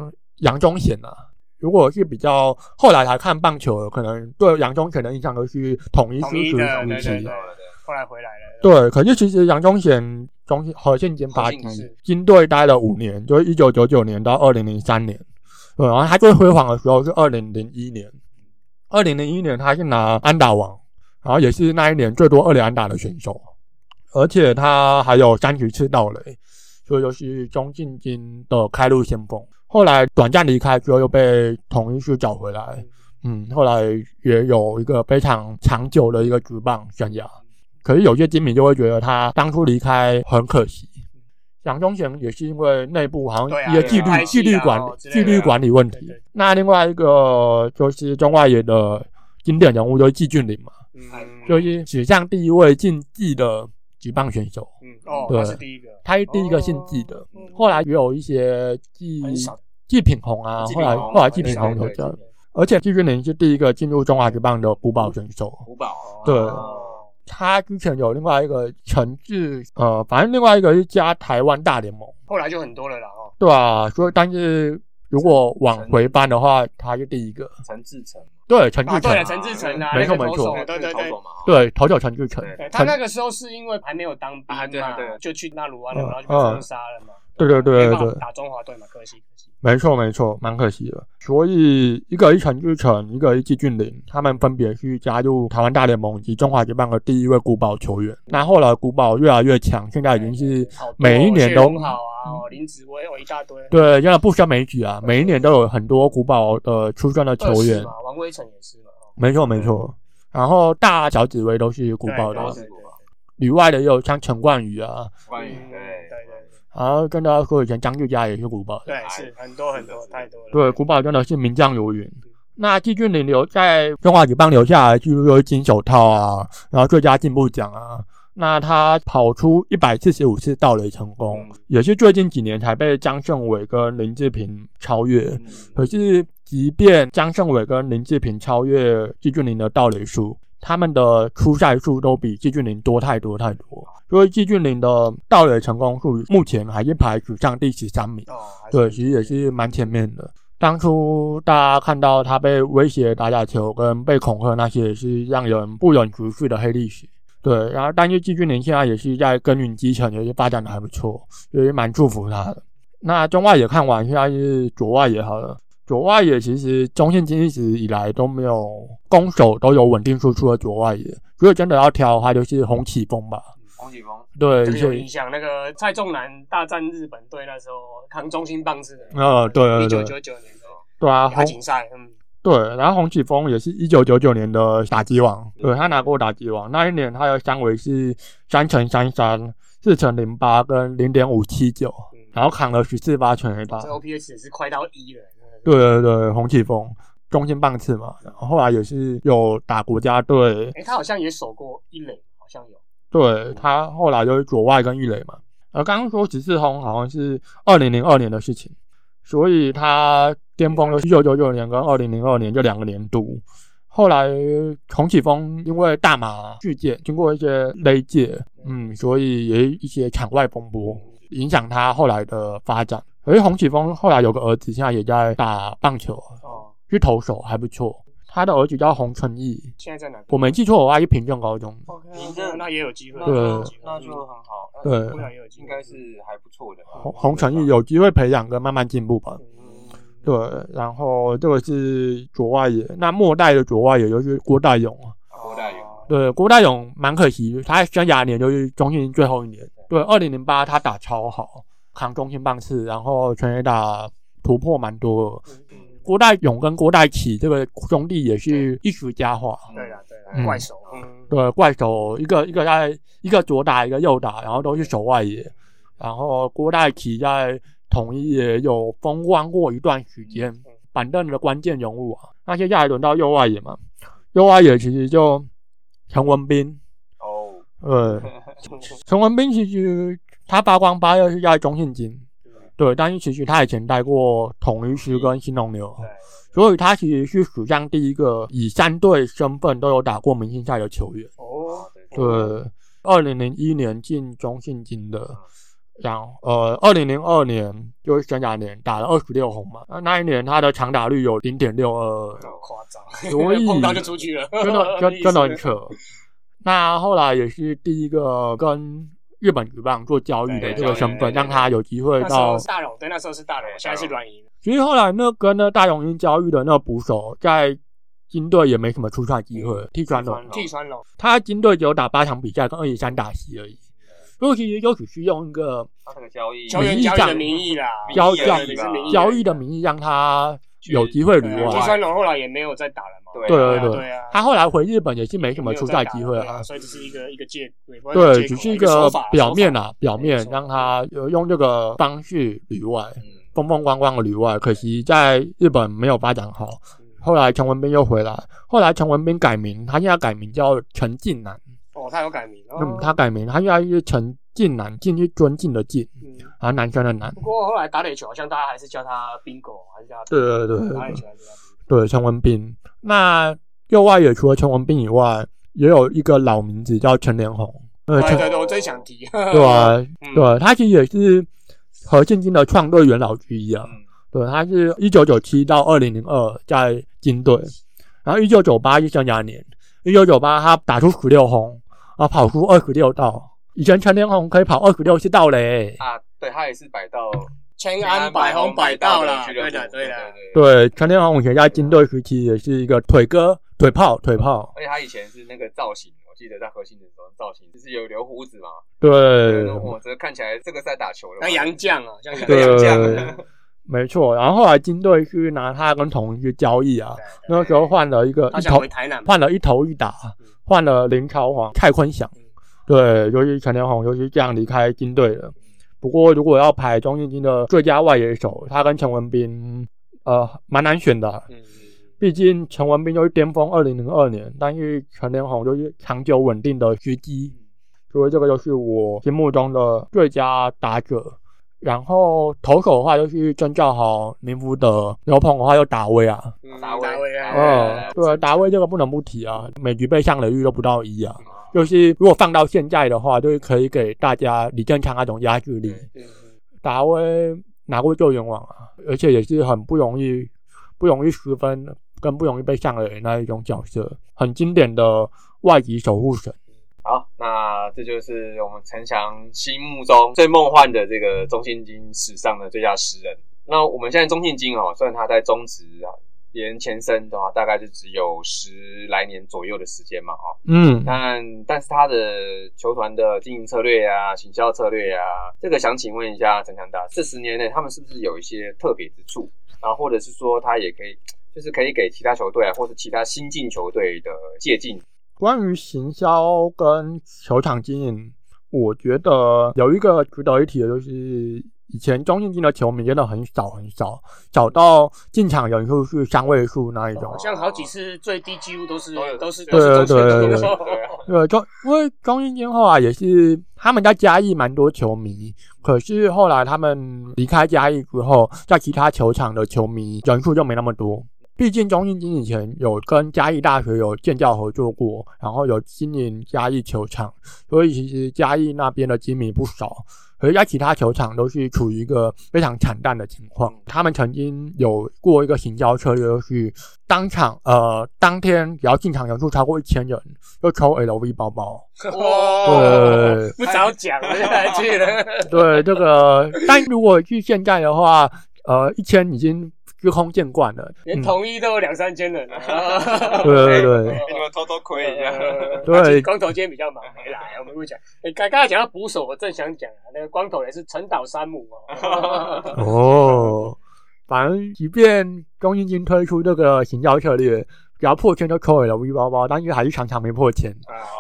Speaker 3: 杨忠贤啊，如果是比较后来才看棒球的，可能对杨忠贤的印象都是统一
Speaker 1: 统一
Speaker 3: 狮子
Speaker 1: 的
Speaker 3: 统一
Speaker 1: 对
Speaker 3: 狮
Speaker 1: 对
Speaker 3: 子
Speaker 1: 对后来回来了，
Speaker 3: 对，可是其实杨忠贤中和现金发
Speaker 2: 核
Speaker 3: 机
Speaker 2: 心
Speaker 3: 金队待了五年，就是一九九九年到二零零三年，对，然后他最辉煌的时候是二零零一年，二零零一年他是拿安打王，然后也是那一年最多二连安打的选手，而且他还有三十次盗垒，所以就是中信金的开路先锋。后来短暂离开之后，又被统一师找回来，嗯，后来也有一个非常长久的一个职棒生涯。可是有些金迷就会觉得他当初离开很可惜。蒋中贤也是因为内部好
Speaker 1: 对
Speaker 3: 像
Speaker 1: 啊
Speaker 3: 也纪律、
Speaker 1: 对啊
Speaker 3: 纪律
Speaker 1: 拍戏啊
Speaker 3: 管、
Speaker 1: 哦之类
Speaker 3: 纪
Speaker 1: 的
Speaker 3: 律管理问题。
Speaker 1: 对对
Speaker 3: 那另外一个就是中外野的经典人物就是季俊霖嘛，
Speaker 1: 嗯，
Speaker 3: 就是史上第一位晋级的举棒选手，
Speaker 1: 嗯哦，
Speaker 3: 对
Speaker 1: 他是第一个，
Speaker 3: 他是第一个姓季的。
Speaker 1: 嗯
Speaker 3: 后来也有一些季
Speaker 1: 很少
Speaker 3: 季品宏啊，
Speaker 2: 季
Speaker 3: 后
Speaker 2: 品
Speaker 3: 来
Speaker 2: 宏
Speaker 3: 后来
Speaker 2: 很
Speaker 3: 季品
Speaker 2: 少
Speaker 3: 宏
Speaker 2: 对
Speaker 3: 有
Speaker 2: 对
Speaker 3: 加入
Speaker 2: 对，
Speaker 3: 而且季俊霖是第一个进入中华职棒的古堡选手。
Speaker 2: 古堡
Speaker 3: 对
Speaker 2: 哦
Speaker 3: 他之前有另外一个陈志，呃，反正另外一个是加台湾大联盟，
Speaker 1: 后来就很多了啦哦，
Speaker 3: 对吧、所以，但是如果往回搬的话，他是第一个。
Speaker 2: 陈志成，
Speaker 3: 对，陈志
Speaker 1: 啊，
Speaker 3: 成，
Speaker 1: 对了，陈志成啊，
Speaker 3: 没错
Speaker 1: 那个投
Speaker 3: 没
Speaker 1: 手
Speaker 3: 错
Speaker 1: 对对
Speaker 2: 投
Speaker 1: 对
Speaker 2: 手。嘛，哦，
Speaker 3: 对，投手陈志成
Speaker 2: 对，
Speaker 1: 对他
Speaker 3: 陈
Speaker 1: 那个时候是因为还没有当兵嘛，
Speaker 2: 啊对啊对啊
Speaker 1: 就去那鲁湾了，
Speaker 3: 嗯
Speaker 1: 然后就被封杀了嘛。
Speaker 3: 对对对对
Speaker 1: 没办法
Speaker 3: 对
Speaker 1: 打中华队嘛，可惜可惜。
Speaker 3: 没错没错，蛮可惜的。所以一个是陈志成，一个是季俊霖，他们分别是加入台湾大联盟以及中华职棒的第一位古堡球员。那后来古堡越来越强，现在已经是
Speaker 1: 好多
Speaker 3: 每一年都嗯
Speaker 1: 谢荣好啊，哦林子威哦一大堆，
Speaker 3: 对，现在不胜枚举啊，每一年都有很多古堡的呃出生的
Speaker 1: 二
Speaker 3: 球
Speaker 1: 十
Speaker 3: 员。
Speaker 1: 嘛，王威成也是嘛，哦
Speaker 3: 没错没错。然后大小紫薇都是古堡
Speaker 1: 对
Speaker 3: 的
Speaker 2: 都
Speaker 1: 对，
Speaker 2: 是古堡，
Speaker 3: 里外的也有像陈冠宇啊，
Speaker 2: 关于
Speaker 1: 嗯对
Speaker 2: 对
Speaker 1: 对
Speaker 3: 然后跟大家说以前张志佳也是古堡的。
Speaker 1: 对，是很多很多太多了。哦
Speaker 3: 对，古堡真的是名将如云。那季俊霖留在中华职棒留下来，记录就是金手套啊，然后最佳进步奖啊。那他跑出一百四十五次盗垒成功，
Speaker 2: 嗯
Speaker 3: 也是最近几年才被张胜伟跟林志平超越。可
Speaker 2: 嗯
Speaker 3: 是，即便张胜伟跟林志平超越季俊霖的盗垒数，他们的出赛数都比季俊霖多太多太多。所以，季俊霖的盗垒成功数目前还是排史上第十三名。
Speaker 1: 哦，还是
Speaker 3: 对，其实也是蛮前面的。当初大家看到他被威胁打假球跟被恐吓那些，也是让人不忍直视的黑历史。对，然后但是季俊霖现在也是在耕耘基层，也是发展的还不错，也是蛮祝福他的。那中外也看完，现在是左外也好了。左外野其实中线经一直以来都没有攻守都有稳定输出的左外野，如果真的要挑的话，就是洪启峰吧。
Speaker 2: 洪启峰，
Speaker 3: 对，
Speaker 1: 这
Speaker 3: 一
Speaker 1: 个有
Speaker 3: 些
Speaker 1: 印象。那个蔡仲南大战日本队那时候扛中心棒次的，
Speaker 3: 啊对对
Speaker 1: 一
Speaker 3: 对
Speaker 1: 九九九年的
Speaker 3: 对啊，
Speaker 1: 亚
Speaker 3: 洪
Speaker 1: 锦赛，嗯，
Speaker 3: 对，然后洪启峰也是一九九九年的打击王，对他拿过打击王。那一年他的三围是三乘三三、四乘零八跟零点五七九，
Speaker 1: 嗯
Speaker 3: 然后扛了十四发全垒打。
Speaker 1: 这 OPS 也是快到一了。嗯
Speaker 3: 啊对，对对，洪启峰中心棒次嘛，然后后来也是有打国家队，
Speaker 1: 哎，他好像也守过一垒，好像有。
Speaker 3: 对他后来就是左外跟一垒嘛。而刚刚说十四轰好像是二零零二年的事情，所以他巅峰就是一九九九年跟二零零二年这两个年度。后来洪启峰因为大麻事件，经过一些勒戒，嗯，所以也有一些场外风波，影响他后来的发展。而洪启峰后来有个儿子，现在也在打棒球，
Speaker 1: 哦，
Speaker 3: 是投手，还不错。他的儿子叫洪承义，
Speaker 1: 现在在哪？
Speaker 3: 我没记错的话是平镇高中。
Speaker 1: OK，
Speaker 2: 你这
Speaker 1: 那也有机会，
Speaker 2: 那
Speaker 3: 对
Speaker 2: 就那就很好，那
Speaker 3: 对
Speaker 1: 不然也有机
Speaker 2: 应
Speaker 1: 会。
Speaker 2: 该是还不错的吧。
Speaker 3: 洪洪承义有机会培养跟慢慢进步吧。
Speaker 1: 嗯，
Speaker 3: 对，然后这个是左外野，那末代的左外野就是郭大勇啊。
Speaker 2: 郭大
Speaker 1: 哦
Speaker 2: 勇
Speaker 3: 对，郭大勇蛮可惜，他生涯年就是中信最后一年。对，二零零八他打超好，扛中信棒次，然后全垒打突破蛮多的。
Speaker 1: 嗯嗯
Speaker 3: 郭大勇跟郭大启这个兄弟也是一时佳话。
Speaker 1: 对了对了，
Speaker 3: 嗯
Speaker 1: 怪手，嗯，
Speaker 3: 对，怪手一个一个在一个左打一个右打，然后都是守外野。然后郭代奇在统一也有风光过一段时间，板凳的关键人物啊。那接下来轮到右外野嘛，右外野其实就陈文斌，
Speaker 2: 哦，
Speaker 3: 呃，陈文斌其实他发光发热是在中信金，对，但是其实他以前待过统一师跟新农牛，所以他其实是史上第一个以三队身份都有打过明星赛的球员。
Speaker 1: 哦，
Speaker 2: 对
Speaker 3: 对，二零零一年进中信金
Speaker 1: 嗯
Speaker 3: 的，然后呃，二零零二年就是生涯年打了二十六轰嘛，那那一年他的长打率有零点六二，
Speaker 1: 夸张，
Speaker 3: 所 以
Speaker 1: 碰到就出去了，
Speaker 3: 真的真真的很扯。那后来也是第一个跟日本职棒做交易的
Speaker 1: 对
Speaker 3: 这个
Speaker 1: 交易
Speaker 3: 身份，
Speaker 2: 对
Speaker 3: 让他有机会
Speaker 1: 那时
Speaker 3: 到
Speaker 1: 候是大龙，对，那时候是大龙，现在是软银。
Speaker 3: 其实后来那跟那大勇英交易的那捕手，在金队也没什么出赛机会，替川龙
Speaker 2: 替川龙
Speaker 1: 替川龙，
Speaker 3: 他金队只有打八场比赛，跟二十三打席而已。所以其实就只是用一个
Speaker 2: 他这个交易
Speaker 1: 球员交易的名义啦，
Speaker 3: 交
Speaker 1: 对
Speaker 3: 交
Speaker 1: 对对是名义
Speaker 3: 交易的名义让他有机会
Speaker 2: 对
Speaker 3: 旅
Speaker 2: 啊
Speaker 1: 季
Speaker 2: 外
Speaker 1: 三龙后来也没有再打了嘛，
Speaker 2: 对
Speaker 3: 对
Speaker 1: 对
Speaker 3: 对
Speaker 1: 啊对啊，
Speaker 3: 他后来回日本也是没什么
Speaker 1: 没有
Speaker 3: 出
Speaker 1: 再
Speaker 3: 赛
Speaker 1: 打
Speaker 3: 机会
Speaker 1: 对
Speaker 3: 啊
Speaker 1: 啊，，所以只是一个一个借口，也不知道借
Speaker 3: 对，只
Speaker 1: 口
Speaker 3: 是一
Speaker 1: 一说
Speaker 3: 个
Speaker 1: 法
Speaker 3: 表面
Speaker 1: 说
Speaker 3: 啊，表面
Speaker 1: 手法
Speaker 3: 让他呃用这个方式旅外，
Speaker 2: 嗯，
Speaker 3: 风风光光的旅外，可惜在日本没有发展好。
Speaker 1: 法嗯
Speaker 3: 后来陈文斌又回来，后来陈文斌改名，他现在改名叫陈近南。
Speaker 1: 哦，他有改名，哦
Speaker 3: 嗯，他改名，他现在是陈近南，近是尊敬的近，
Speaker 1: 嗯
Speaker 3: 啊，男生的男
Speaker 1: 不。过后来打垒球好像大家还是叫他 Bingo，还是叫他
Speaker 3: 对对对对
Speaker 1: 打垒
Speaker 3: 对
Speaker 1: 球还是叫他 Bingo
Speaker 3: 对，陈文斌。那右外野除了陈文斌以外，也有一个老名字叫陈连红。呃，
Speaker 1: 对
Speaker 3: 陈
Speaker 1: 对对，我真想提，
Speaker 3: 对
Speaker 1: 对
Speaker 3: 吧、
Speaker 1: 嗯
Speaker 3: 对，啊他其实也是何进金的创队元老之一啊。
Speaker 2: 嗯
Speaker 3: 对，他是一九九七到二零零二在金队，然后一九九八是生涯年，一九九八他打出十六轰，啊，跑出二十六道。以前陈连红可以跑二十六次道嘞。
Speaker 2: 啊，对他也是摆到
Speaker 1: 千安百红百道啦，对的对的，
Speaker 2: 对对。
Speaker 3: 对，陈连红以前在金队时期也是一个腿哥、腿炮、腿炮。
Speaker 2: 而且他以前是那个造型，我记得在核心的时候造型就是有留胡子嘛，
Speaker 3: 对，
Speaker 2: 我这个看起来这个在打球的嘛，
Speaker 1: 像杨绛啊， 像杨
Speaker 3: 对
Speaker 1: 绛
Speaker 2: 这样
Speaker 3: 对没错。然后后来金队是拿他跟同一个交易啊，那时候换了一个
Speaker 1: 他
Speaker 3: 一
Speaker 1: 想
Speaker 3: 头
Speaker 1: 回台南嘛，
Speaker 3: 换了一头一打
Speaker 1: 嗯，
Speaker 3: 换了林朝皇、蔡坤祥
Speaker 1: 嗯，
Speaker 3: 对，就是陈连红就是这样离开金队的。不过如果要排中信金的最佳外野手，他跟陈文斌呃蛮难选的，
Speaker 1: 嗯，嗯
Speaker 3: 毕竟陈文斌就是巅峰二零零二年，但是陈连红就是长久稳定的狙击，所以这个就是我心目中的最佳打者。然后投手的话就是郑兆豪、林福德，刘鹏的话就达威啊，
Speaker 1: 嗯
Speaker 2: 达威
Speaker 1: 达威啊，
Speaker 2: 达威
Speaker 1: 对
Speaker 3: 哦
Speaker 1: 啊，
Speaker 3: 对，达威这个不能不提啊，每局被上垒率都不到一啊。就是如果放到现在的话，就是可以给大家李正昌那种压制力。
Speaker 1: 嗯嗯
Speaker 3: 达威拿过救援网啊，而且也是很不容易、不容易失分，跟不容易被上垒的那一种角色，很经典的外籍守护神。
Speaker 2: 好，那这就是我们陈翔心目中最梦幻的这个中信金史上的最佳十人。那我们现在中信金哦，虽然他在中职啊，连前身的话大概就只有十来年左右的时间嘛，哦，
Speaker 3: 嗯，
Speaker 2: 但但是他的球团的经营策略啊、行销策略啊，这个想请问一下陈强大，这十年内他们是不是有一些特别之处？然后或者是说他也可以，就是可以给其他球队啊，或者其他新进球队的借鉴。
Speaker 3: 关于行销跟球场经营，我觉得有一个值得一提的就是。以前中信金的球迷真的很少很少，少到进场人数是三位数那一种啊
Speaker 1: 好。像好几次最低几乎都是
Speaker 2: 都有
Speaker 1: 都是
Speaker 2: 对
Speaker 1: 都是中
Speaker 3: 对
Speaker 1: 间
Speaker 3: 对
Speaker 1: 的
Speaker 2: 对
Speaker 3: 呃，中因为中信金后来也是他们在嘉义蛮多球迷，可是后来他们离开嘉义之后，在其他球场的球迷人数就没那么多。毕竟中信金以前有跟嘉义大学有建教合作过，然后有经营嘉义球场，所以其实嘉义那边的金迷不少。可是在其他球场都是处于一个非常惨淡的情况。他们曾经有过一个行销策略，就是当场呃当天只要进场人数超过一千人，就抽 LV 包包。
Speaker 1: 哇
Speaker 3: 对，
Speaker 1: 不早讲，我就来去了。
Speaker 3: 对这个，但如果是现在的话，呃，一千已经司空见惯了。
Speaker 1: 连
Speaker 3: 嗯
Speaker 1: 统一都有两三千人了，
Speaker 3: 对对对
Speaker 2: 你们偷偷亏一下。
Speaker 3: 对
Speaker 1: 而且啊光头今天比较忙没来，我们会讲。哎，刚刚才讲到捕手，我正想讲啊，那个光头也是陈岛山姆 哦。
Speaker 3: 哦，反正即便中信金推出这个行销策略，只要破千就抽 LV 包包，但是还是常常没破千。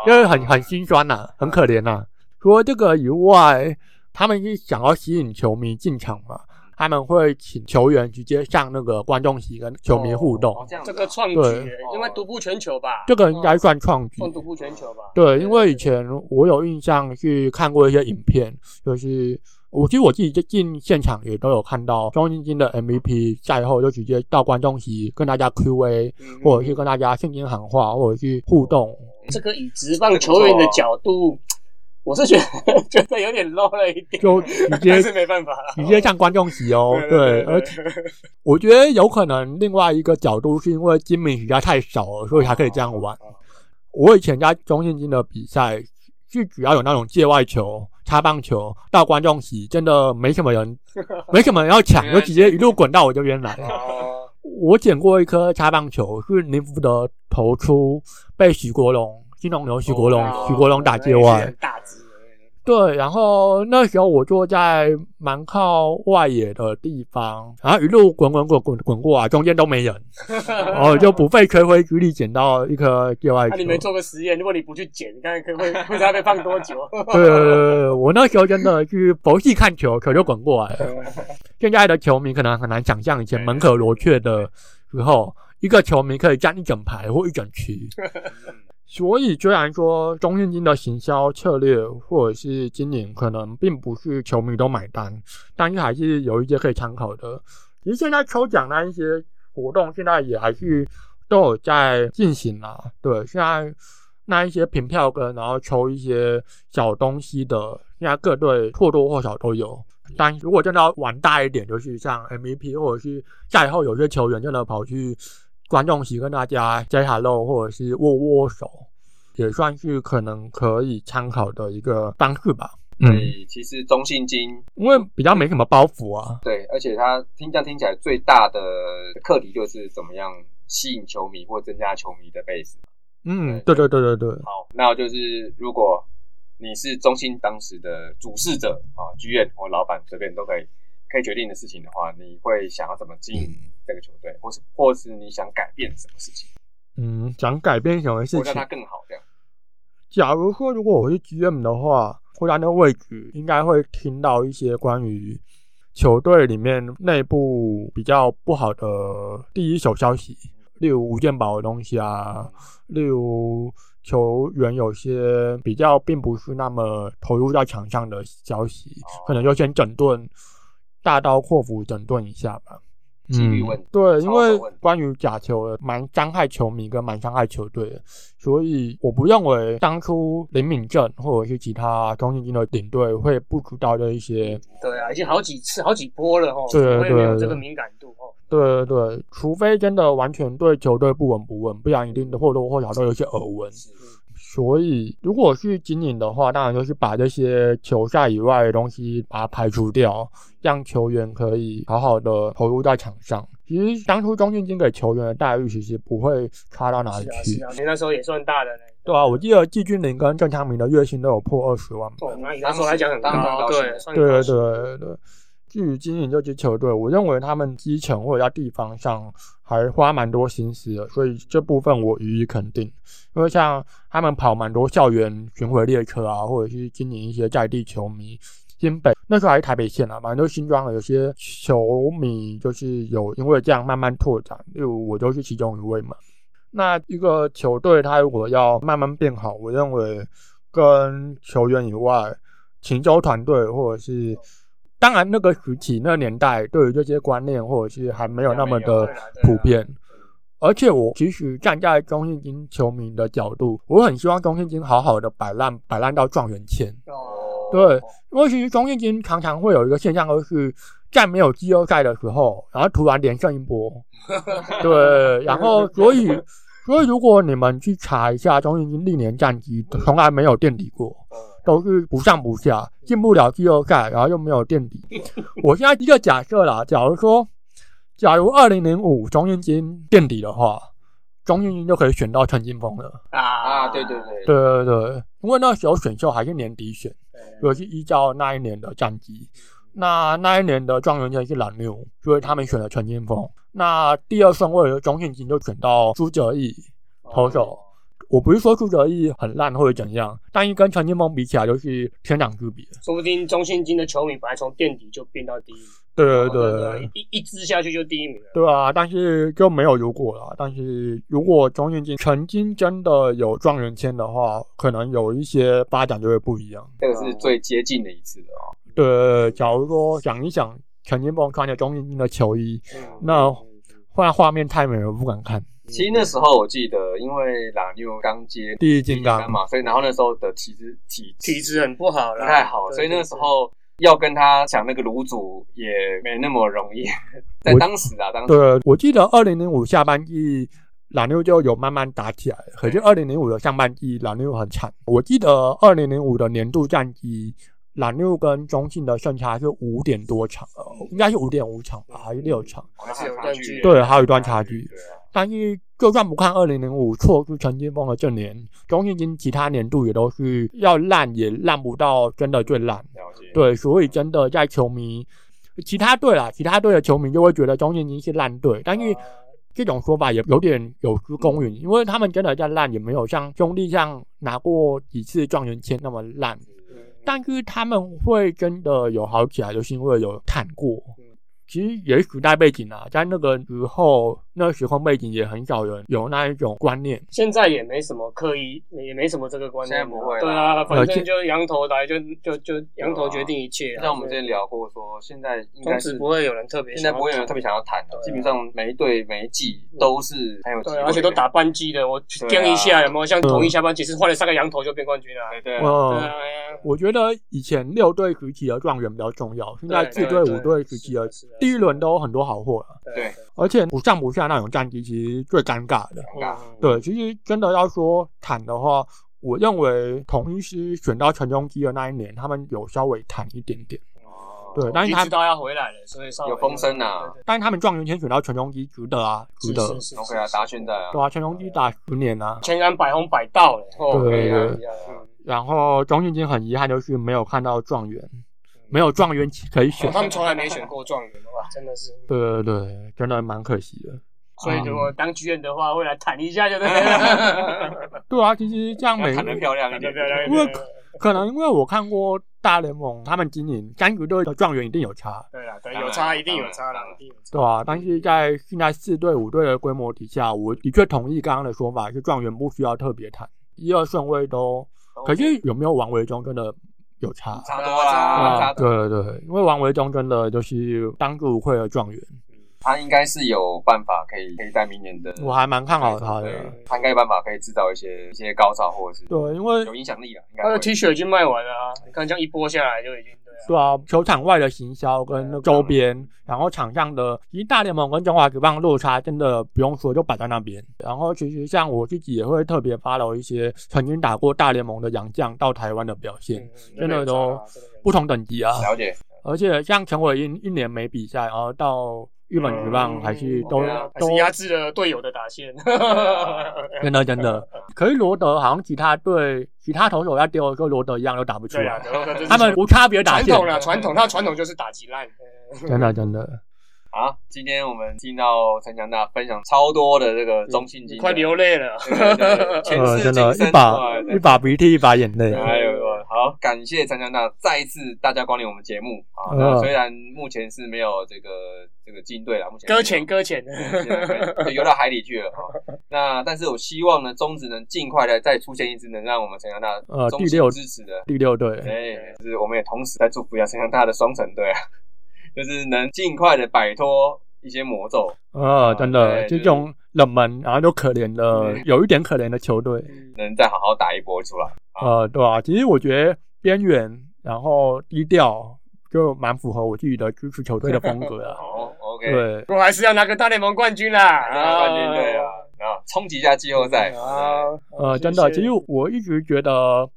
Speaker 3: 因为很很心酸呐、很可怜呐、除了这个以外，他们是想要吸引球迷进场嘛，他们会请球员直接上那个观众席跟球迷互动，
Speaker 2: 哦这样子哦
Speaker 1: 这
Speaker 2: 啊
Speaker 1: 个创
Speaker 3: 对
Speaker 1: 举，因为独步全球吧，
Speaker 3: 这个应该算创举。
Speaker 1: 算独步全球吧。
Speaker 3: 对，因为以前我有印象是看过一些影片，就是我其实我自己进现场也都有看到庄晶晶的 MVP 赛后就直接到观众席跟大家 Q&A，
Speaker 1: 嗯
Speaker 3: 或者是跟大家现金喊话，或者是互动。
Speaker 1: 这个以职棒球员的角度，我是觉得 觉得有点 low 了一点，
Speaker 3: 就直 接
Speaker 1: 但是没办法了。，
Speaker 3: 直接上观众席哦对，而且我觉得有可能另外一个角度是因为金明实在太少了，所以才可以这样
Speaker 1: 哦
Speaker 3: 玩。我以前在中信金的比赛，是只要有那种界外球、插棒球到观众席，真的没什 么人，没什么人要抢，就直接一路滚到我这边来。
Speaker 2: 哦
Speaker 3: 我捡过一颗插棒球，是林福德投出，被许国龙、金龙牛许国龙、许国龙打界
Speaker 1: 哦也是
Speaker 3: 外
Speaker 1: 很。大只的
Speaker 3: 对，然后那时候我坐在蛮靠外野的地方，然后一路滚滚滚滚滚过来，中间 都没人，然后就不费吹灰之力捡到一颗界
Speaker 1: 那、
Speaker 3: 外球。
Speaker 1: 啊你没做个实验，如果你不去捡，你看可会 会在被放多久？
Speaker 3: 对对对 对对，我那时候真的是佛系看球，球就滚过来了。现在的球迷可能很难想象以前门可罗雀的时候，一个球迷可以站一整排或一整区。所以，虽然说中信金的行销策略或者是经营可能并不是球迷都买单，但是还是有一些可以参考的。其实现在抽奖那一些活动，现在也还是都有在进行啦。对，现在那一些凭票跟然后抽一些小东西的，现在各队或多或少都有。但如果真的要玩大一点，就是像 MVP 或者是赛后有些球员真的跑去观众席跟大家 say hello 或者是握握手，也算是可能可以参考的一个方式吧。嗯
Speaker 2: 所，以其实中信金
Speaker 3: 因为比较没什么包袱啊。
Speaker 2: 对，而且它听这样听起来最大的课题就是怎么样吸引球迷或增加球迷的 base。
Speaker 3: 嗯，对对对对对，
Speaker 2: 好，那就是如果你是中信当时的主事者啊，剧院或老板随便都可以可以决定的事情的话，你会想要怎么经营这个球队，或是或是你想改变什么事情，
Speaker 3: 嗯，想改变什么事
Speaker 2: 或
Speaker 3: 情
Speaker 2: 让？它更好这样？
Speaker 3: 假如说如果我是 GM 的话，会在那个位置应该会听到一些关于球队里面内部比较不好的第一手消息，例如吴建宝的东西啊，例如球员有些比较并不是那么投入在场上的消息，可能就先整顿，大刀阔斧整顿一下吧。嗯
Speaker 2: 纪律问题
Speaker 3: 对，因
Speaker 2: 操
Speaker 3: 为
Speaker 2: 守问题
Speaker 3: 关于假球的蛮伤害球迷跟蛮伤害球队的，所以我不认为当初林敏正或者是其他中信金的领队会不知道这一些。
Speaker 1: 对啊，已经好几次、好几波了哦，
Speaker 3: 对啊
Speaker 1: 我也没有这
Speaker 3: 对
Speaker 1: 个
Speaker 3: 对
Speaker 1: 敏感度哦。
Speaker 3: 对对对，除非真的完全对球队不闻不问，不然一定或多或少都有一些耳闻。
Speaker 2: 是
Speaker 3: 所以，如果是经营的话，当然就是把这些球赛以外的东西把它排除掉，让球员可以好好的投入在场上。其实当初中信金给球员的待遇其实不会差到哪里
Speaker 1: 是
Speaker 2: 嗯
Speaker 1: 啊，
Speaker 3: 去
Speaker 1: 是。啊，你那时候也算大人了。
Speaker 3: 对啊，我记得季俊霖跟郑昌明的月薪都有破二十万吧。
Speaker 1: 哦，那你那时候来讲很
Speaker 2: 当时
Speaker 1: 高，
Speaker 2: 当时
Speaker 1: 对，算
Speaker 3: 对
Speaker 1: 高
Speaker 3: 对
Speaker 1: 兴
Speaker 3: 对对。至于经营这支球队，我认为他们基层或者在地方上还花蛮多心思的，所以这部分我予以肯定。因为像他们跑蛮多校园巡回列车啊，或者是经营一些在地球迷，新北那时候还是台北县啊，反正就新庄的有些球迷就是有因为这样慢慢拓展，例如我就是其中一位嘛。那一个球队他如果要慢慢变好，我认为跟球员以外，秦州团队或者是。当然，那个时期、那个年代，对于这些观念或者是还没有那么
Speaker 2: 还没有
Speaker 3: 的
Speaker 1: 对啊对啊
Speaker 3: 普遍，而且我其实站在中信金球迷的角度，我很希望中信金好好的摆烂，摆烂到状元签。
Speaker 1: 哦，
Speaker 3: 对，因为其实中信金常常会有一个现象，就是在没有季后赛的时候，然后突然连胜一波。对，然后所以所以如果你们去查一下中信金历年战绩，从来没有垫底过。都是不上不下，进不了季后赛，然后又没有垫底。我现在一个假设啦，假如说，假如二零零五中信金垫底的话，中信金就可以选到陈金峰了。
Speaker 1: 啊
Speaker 2: 啊，对对，对，
Speaker 3: 对对对，因为那时候选秀还是年底选，我是依照那一年的战绩。那那一年的状元签是蓝牛，所以他们选了陈金峰。那第二顺位的中信金就选到朱哲义投
Speaker 1: 哦
Speaker 3: 手。我不是说朱哲义很烂或者怎样，但一跟陈金峰比起来就是天壤之别。
Speaker 1: 说不定中信金的球迷本来从垫底就变到第一名，
Speaker 3: 对对
Speaker 1: 哦
Speaker 3: 对，
Speaker 1: 一一支下去就第一名了。
Speaker 3: 对啊，但是就没有如果了。但是如果中信金曾经真的有状元签的话，可能有一些发展就会不一样。
Speaker 2: 这个
Speaker 1: 啊
Speaker 2: 是最接近的一次
Speaker 3: 嗯
Speaker 2: 了哦。
Speaker 3: 对，假如说想一想陈金峰穿着中信金的球衣，
Speaker 1: 嗯
Speaker 3: 那画画面太美了，不敢看。
Speaker 2: 其实那时候我记得，因为朗纽刚接
Speaker 3: 第一金刚，
Speaker 2: 嘛，所以然后那时候的体质体
Speaker 1: 体质很不好
Speaker 2: 不
Speaker 1: 啦，
Speaker 2: 太好，
Speaker 1: 对
Speaker 2: 所以那
Speaker 1: 对
Speaker 2: 时候要跟他抢那个卤煮也没那么容 易。在
Speaker 3: 我
Speaker 2: 当时啊，当时
Speaker 3: 对我记得二零零五下半季。蓝六就有慢慢打起来了，可是二零零五的上半季蓝六很惨。我记得二零零五的年度战绩，蓝六跟中信的胜差是五点多场，呃应该是五点五场吧，还是六场？
Speaker 1: 还是有一段距离
Speaker 3: 对还有一段差距
Speaker 2: 对啊
Speaker 3: 但是就算不看二零零五错失陈金峰的正年，中信金其他年度也都是要烂也烂不到真的最烂。
Speaker 2: 了解。
Speaker 3: 对，所以真的在球迷，其他队啦，其他队的球迷就会觉得中信金是烂队，但
Speaker 2: 哦
Speaker 3: 是这种说法也有点有失公允，因为他们真的在烂，也没有像兄弟像拿过几次状元签那么烂。但是他们会真的有好起来，就是因为有看过。
Speaker 2: 嗯
Speaker 3: 其实也是时代背景啊，在那个时候，那时空背景也很少人有那一种观念。
Speaker 1: 现在也没什么刻意，也没什么这个观念了。
Speaker 2: 现在不会啦
Speaker 1: 对啊，反
Speaker 3: 而
Speaker 1: 正
Speaker 3: 且
Speaker 1: 就羊头来，就就就羊头决定一切啊。
Speaker 2: 像我们之前聊过说，现在应
Speaker 1: 中
Speaker 2: 该
Speaker 1: 职
Speaker 2: 是
Speaker 1: 不会有人特别
Speaker 2: 现
Speaker 1: 想要
Speaker 2: 在
Speaker 1: 打，
Speaker 2: 不会有人特别想要谈的
Speaker 1: 对，啊
Speaker 2: 基本上每一队每一季都是很有机
Speaker 1: 对
Speaker 2: 会
Speaker 1: 啊，
Speaker 2: 的，
Speaker 1: 而且都打半季的，我去
Speaker 2: 对啊
Speaker 1: 跟一下有没有？像同一下半季是换了三个羊头就变冠军了。
Speaker 2: 对对啊，
Speaker 1: 对
Speaker 3: 嗯，
Speaker 1: 啊，
Speaker 3: 我觉得以前六队时期的状元比较重要，现在
Speaker 1: 对
Speaker 3: 四
Speaker 1: 对
Speaker 3: 队
Speaker 1: 对
Speaker 3: 五队时期的
Speaker 1: 是的是的
Speaker 3: 第一轮都有很多好货了，
Speaker 1: 对
Speaker 2: 对
Speaker 3: 而且不上不下那种战绩其实最尴尬的。
Speaker 2: 尴尬。
Speaker 3: 对，其实真的要说坦的话，我认为统一师选到陈中基的那一年，他们有稍微坦一点点。
Speaker 2: 哦
Speaker 3: 对，但
Speaker 1: 已
Speaker 3: 是
Speaker 1: 经
Speaker 3: 他
Speaker 1: 知道要回来了，所以稍微
Speaker 2: 有风声啊
Speaker 3: 但是他们状元签选到陈中基，值得啊，值
Speaker 1: 对对
Speaker 3: 得
Speaker 1: 对。是是是
Speaker 2: OK 啊，
Speaker 1: 是
Speaker 2: 打选在啊
Speaker 3: 对，啊，陈中基打十年啊，
Speaker 1: 全然百轰百到了。哦
Speaker 3: 对
Speaker 1: 哎呀
Speaker 3: 对
Speaker 1: 哎呀嗯
Speaker 3: 然后中信金很遗憾就是没有看到状元，没有状元可以选
Speaker 1: 哦。他们从来没选过状元，哇，真的是。
Speaker 3: 对对对，真的蛮可惜的。
Speaker 1: 所以如果当剧院的话，会来谈一下，就对了。
Speaker 2: 要
Speaker 3: 对啊，其实这样每啊
Speaker 2: 谈得漂亮一点，
Speaker 1: 对
Speaker 3: 因为可能因为我看过大联盟他们今年三十队的状元一定有差，
Speaker 1: 对啦，对，有差，一定有差啦，一定有差。
Speaker 3: 对吧、但是在现在四队五队的规模底下，我的确同意刚刚的说法，是状元不需要特别谈，一二顺位都。
Speaker 1: 啊
Speaker 3: 可是有没有王维忠真的有差？
Speaker 2: 差多啦，差
Speaker 3: 啊，
Speaker 2: 多。
Speaker 3: 对对，对因为王维忠真的就是当之无愧的状元，
Speaker 2: 他应该是有办法可以可以在明年的，
Speaker 3: 我还蛮看好他
Speaker 2: 对
Speaker 3: 的。
Speaker 2: 他应该有办法可以制造一些一些高潮或者是
Speaker 3: 对，因为
Speaker 2: 有影响力啊了，应该
Speaker 1: 他
Speaker 2: 会
Speaker 1: 的 T 恤已经卖完了啊，你看这样一波下来就已经对啊。
Speaker 3: 对啊，球场外的行销跟那个周边，然后场上的，其实大联盟跟中华职棒落差真的不用说，就摆在那边。然后其实像我自己也会特别 follow 一些曾经打过大联盟的洋将到台湾的表
Speaker 1: 嗯
Speaker 3: 现，真的都不同等级啊。
Speaker 2: 了解，
Speaker 3: 而且像陈伟英一年没比赛，然后到日本职棒还是都、
Speaker 1: 对啊，还
Speaker 3: 都
Speaker 1: 是压制了队友的打线。 啊
Speaker 3: 真的真的。可是罗德好像其他队其他投手要丢，跟罗德一样都打不出
Speaker 1: 对啊，
Speaker 3: 来，
Speaker 1: 然后
Speaker 3: 他们无差别打
Speaker 1: 传
Speaker 3: 线，啊
Speaker 1: 统啦，传统，他传统就是打击烂。
Speaker 3: 真的真的。
Speaker 2: 好，今天我们听到陈强大分享超多的这个中信金，
Speaker 1: 快流泪了。
Speaker 2: 对，对对前
Speaker 3: 呃，
Speaker 2: 世
Speaker 3: 真
Speaker 2: 今
Speaker 3: 的，
Speaker 2: 生
Speaker 3: 一把
Speaker 2: 对对
Speaker 3: 一把鼻涕一把眼泪。
Speaker 2: 哎呦，好，感谢陈强大再一次大家光临我们节目啊！
Speaker 3: 嗯
Speaker 2: 那虽然目前是没有这个这个金队了，目前
Speaker 1: 搁浅，搁浅。
Speaker 2: 对现在没对游到海里去了啊。那但是我希望呢，中职能尽快的再出现一支能让我们陈强大
Speaker 3: 呃
Speaker 2: 中
Speaker 3: 第
Speaker 2: 职
Speaker 3: 六
Speaker 2: 支持的，
Speaker 3: 第六队，
Speaker 2: 哎，就是我们也同时在祝福一下陈强大的双城队啊， 就是能尽快的摆脱一些魔咒，
Speaker 3: 呃，真的
Speaker 2: 啊哎对哎
Speaker 3: 这种冷门，然后又可怜的，有一点可怜的球队，
Speaker 2: 能再好好打一波出来。
Speaker 3: 呃，对啊，其实我觉得边缘，然后低调，就蛮符合我自己的支持球队的风 格啊。
Speaker 2: 好，OK，哦
Speaker 3: 对，
Speaker 1: 我还是要拿个大联盟冠军啦！
Speaker 2: 冠
Speaker 1: 哦
Speaker 2: 军队啊，然后冲击一下季后赛。
Speaker 1: 啊，
Speaker 3: 呃，真的，其实我一直觉得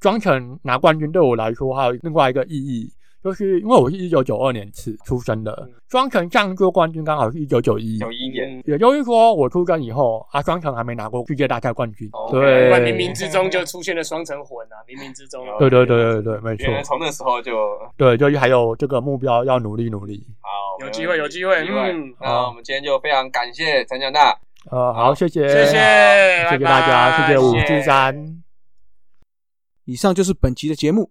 Speaker 3: 庄臣拿冠军对我来说还有另外一个意义。就是因为我是一九九二年次出生的
Speaker 1: 嗯，
Speaker 3: 庄臣上一座冠军刚好是一九九一，
Speaker 2: 九一年，
Speaker 3: 也就是说，我出征以后，阿双城还没拿过世界大赛冠军。
Speaker 2: 哦
Speaker 3: 对，
Speaker 1: 那冥冥之中就出现了双城魂啊，冥冥之中啊。
Speaker 3: 对对对对对，没错
Speaker 2: 原，来从那时候就
Speaker 3: 对，就是还有这个目标要努力努力。
Speaker 2: 好，
Speaker 1: 有机会有机会
Speaker 2: 有
Speaker 1: 嗯
Speaker 2: 那我们今天就非常感谢陈强大。
Speaker 3: 呃，好，谢谢，
Speaker 1: 谢谢，
Speaker 3: 谢谢
Speaker 1: 拜拜
Speaker 3: 大家，谢谢五
Speaker 1: 谢
Speaker 3: 四三。
Speaker 4: 以上就是本集的节目，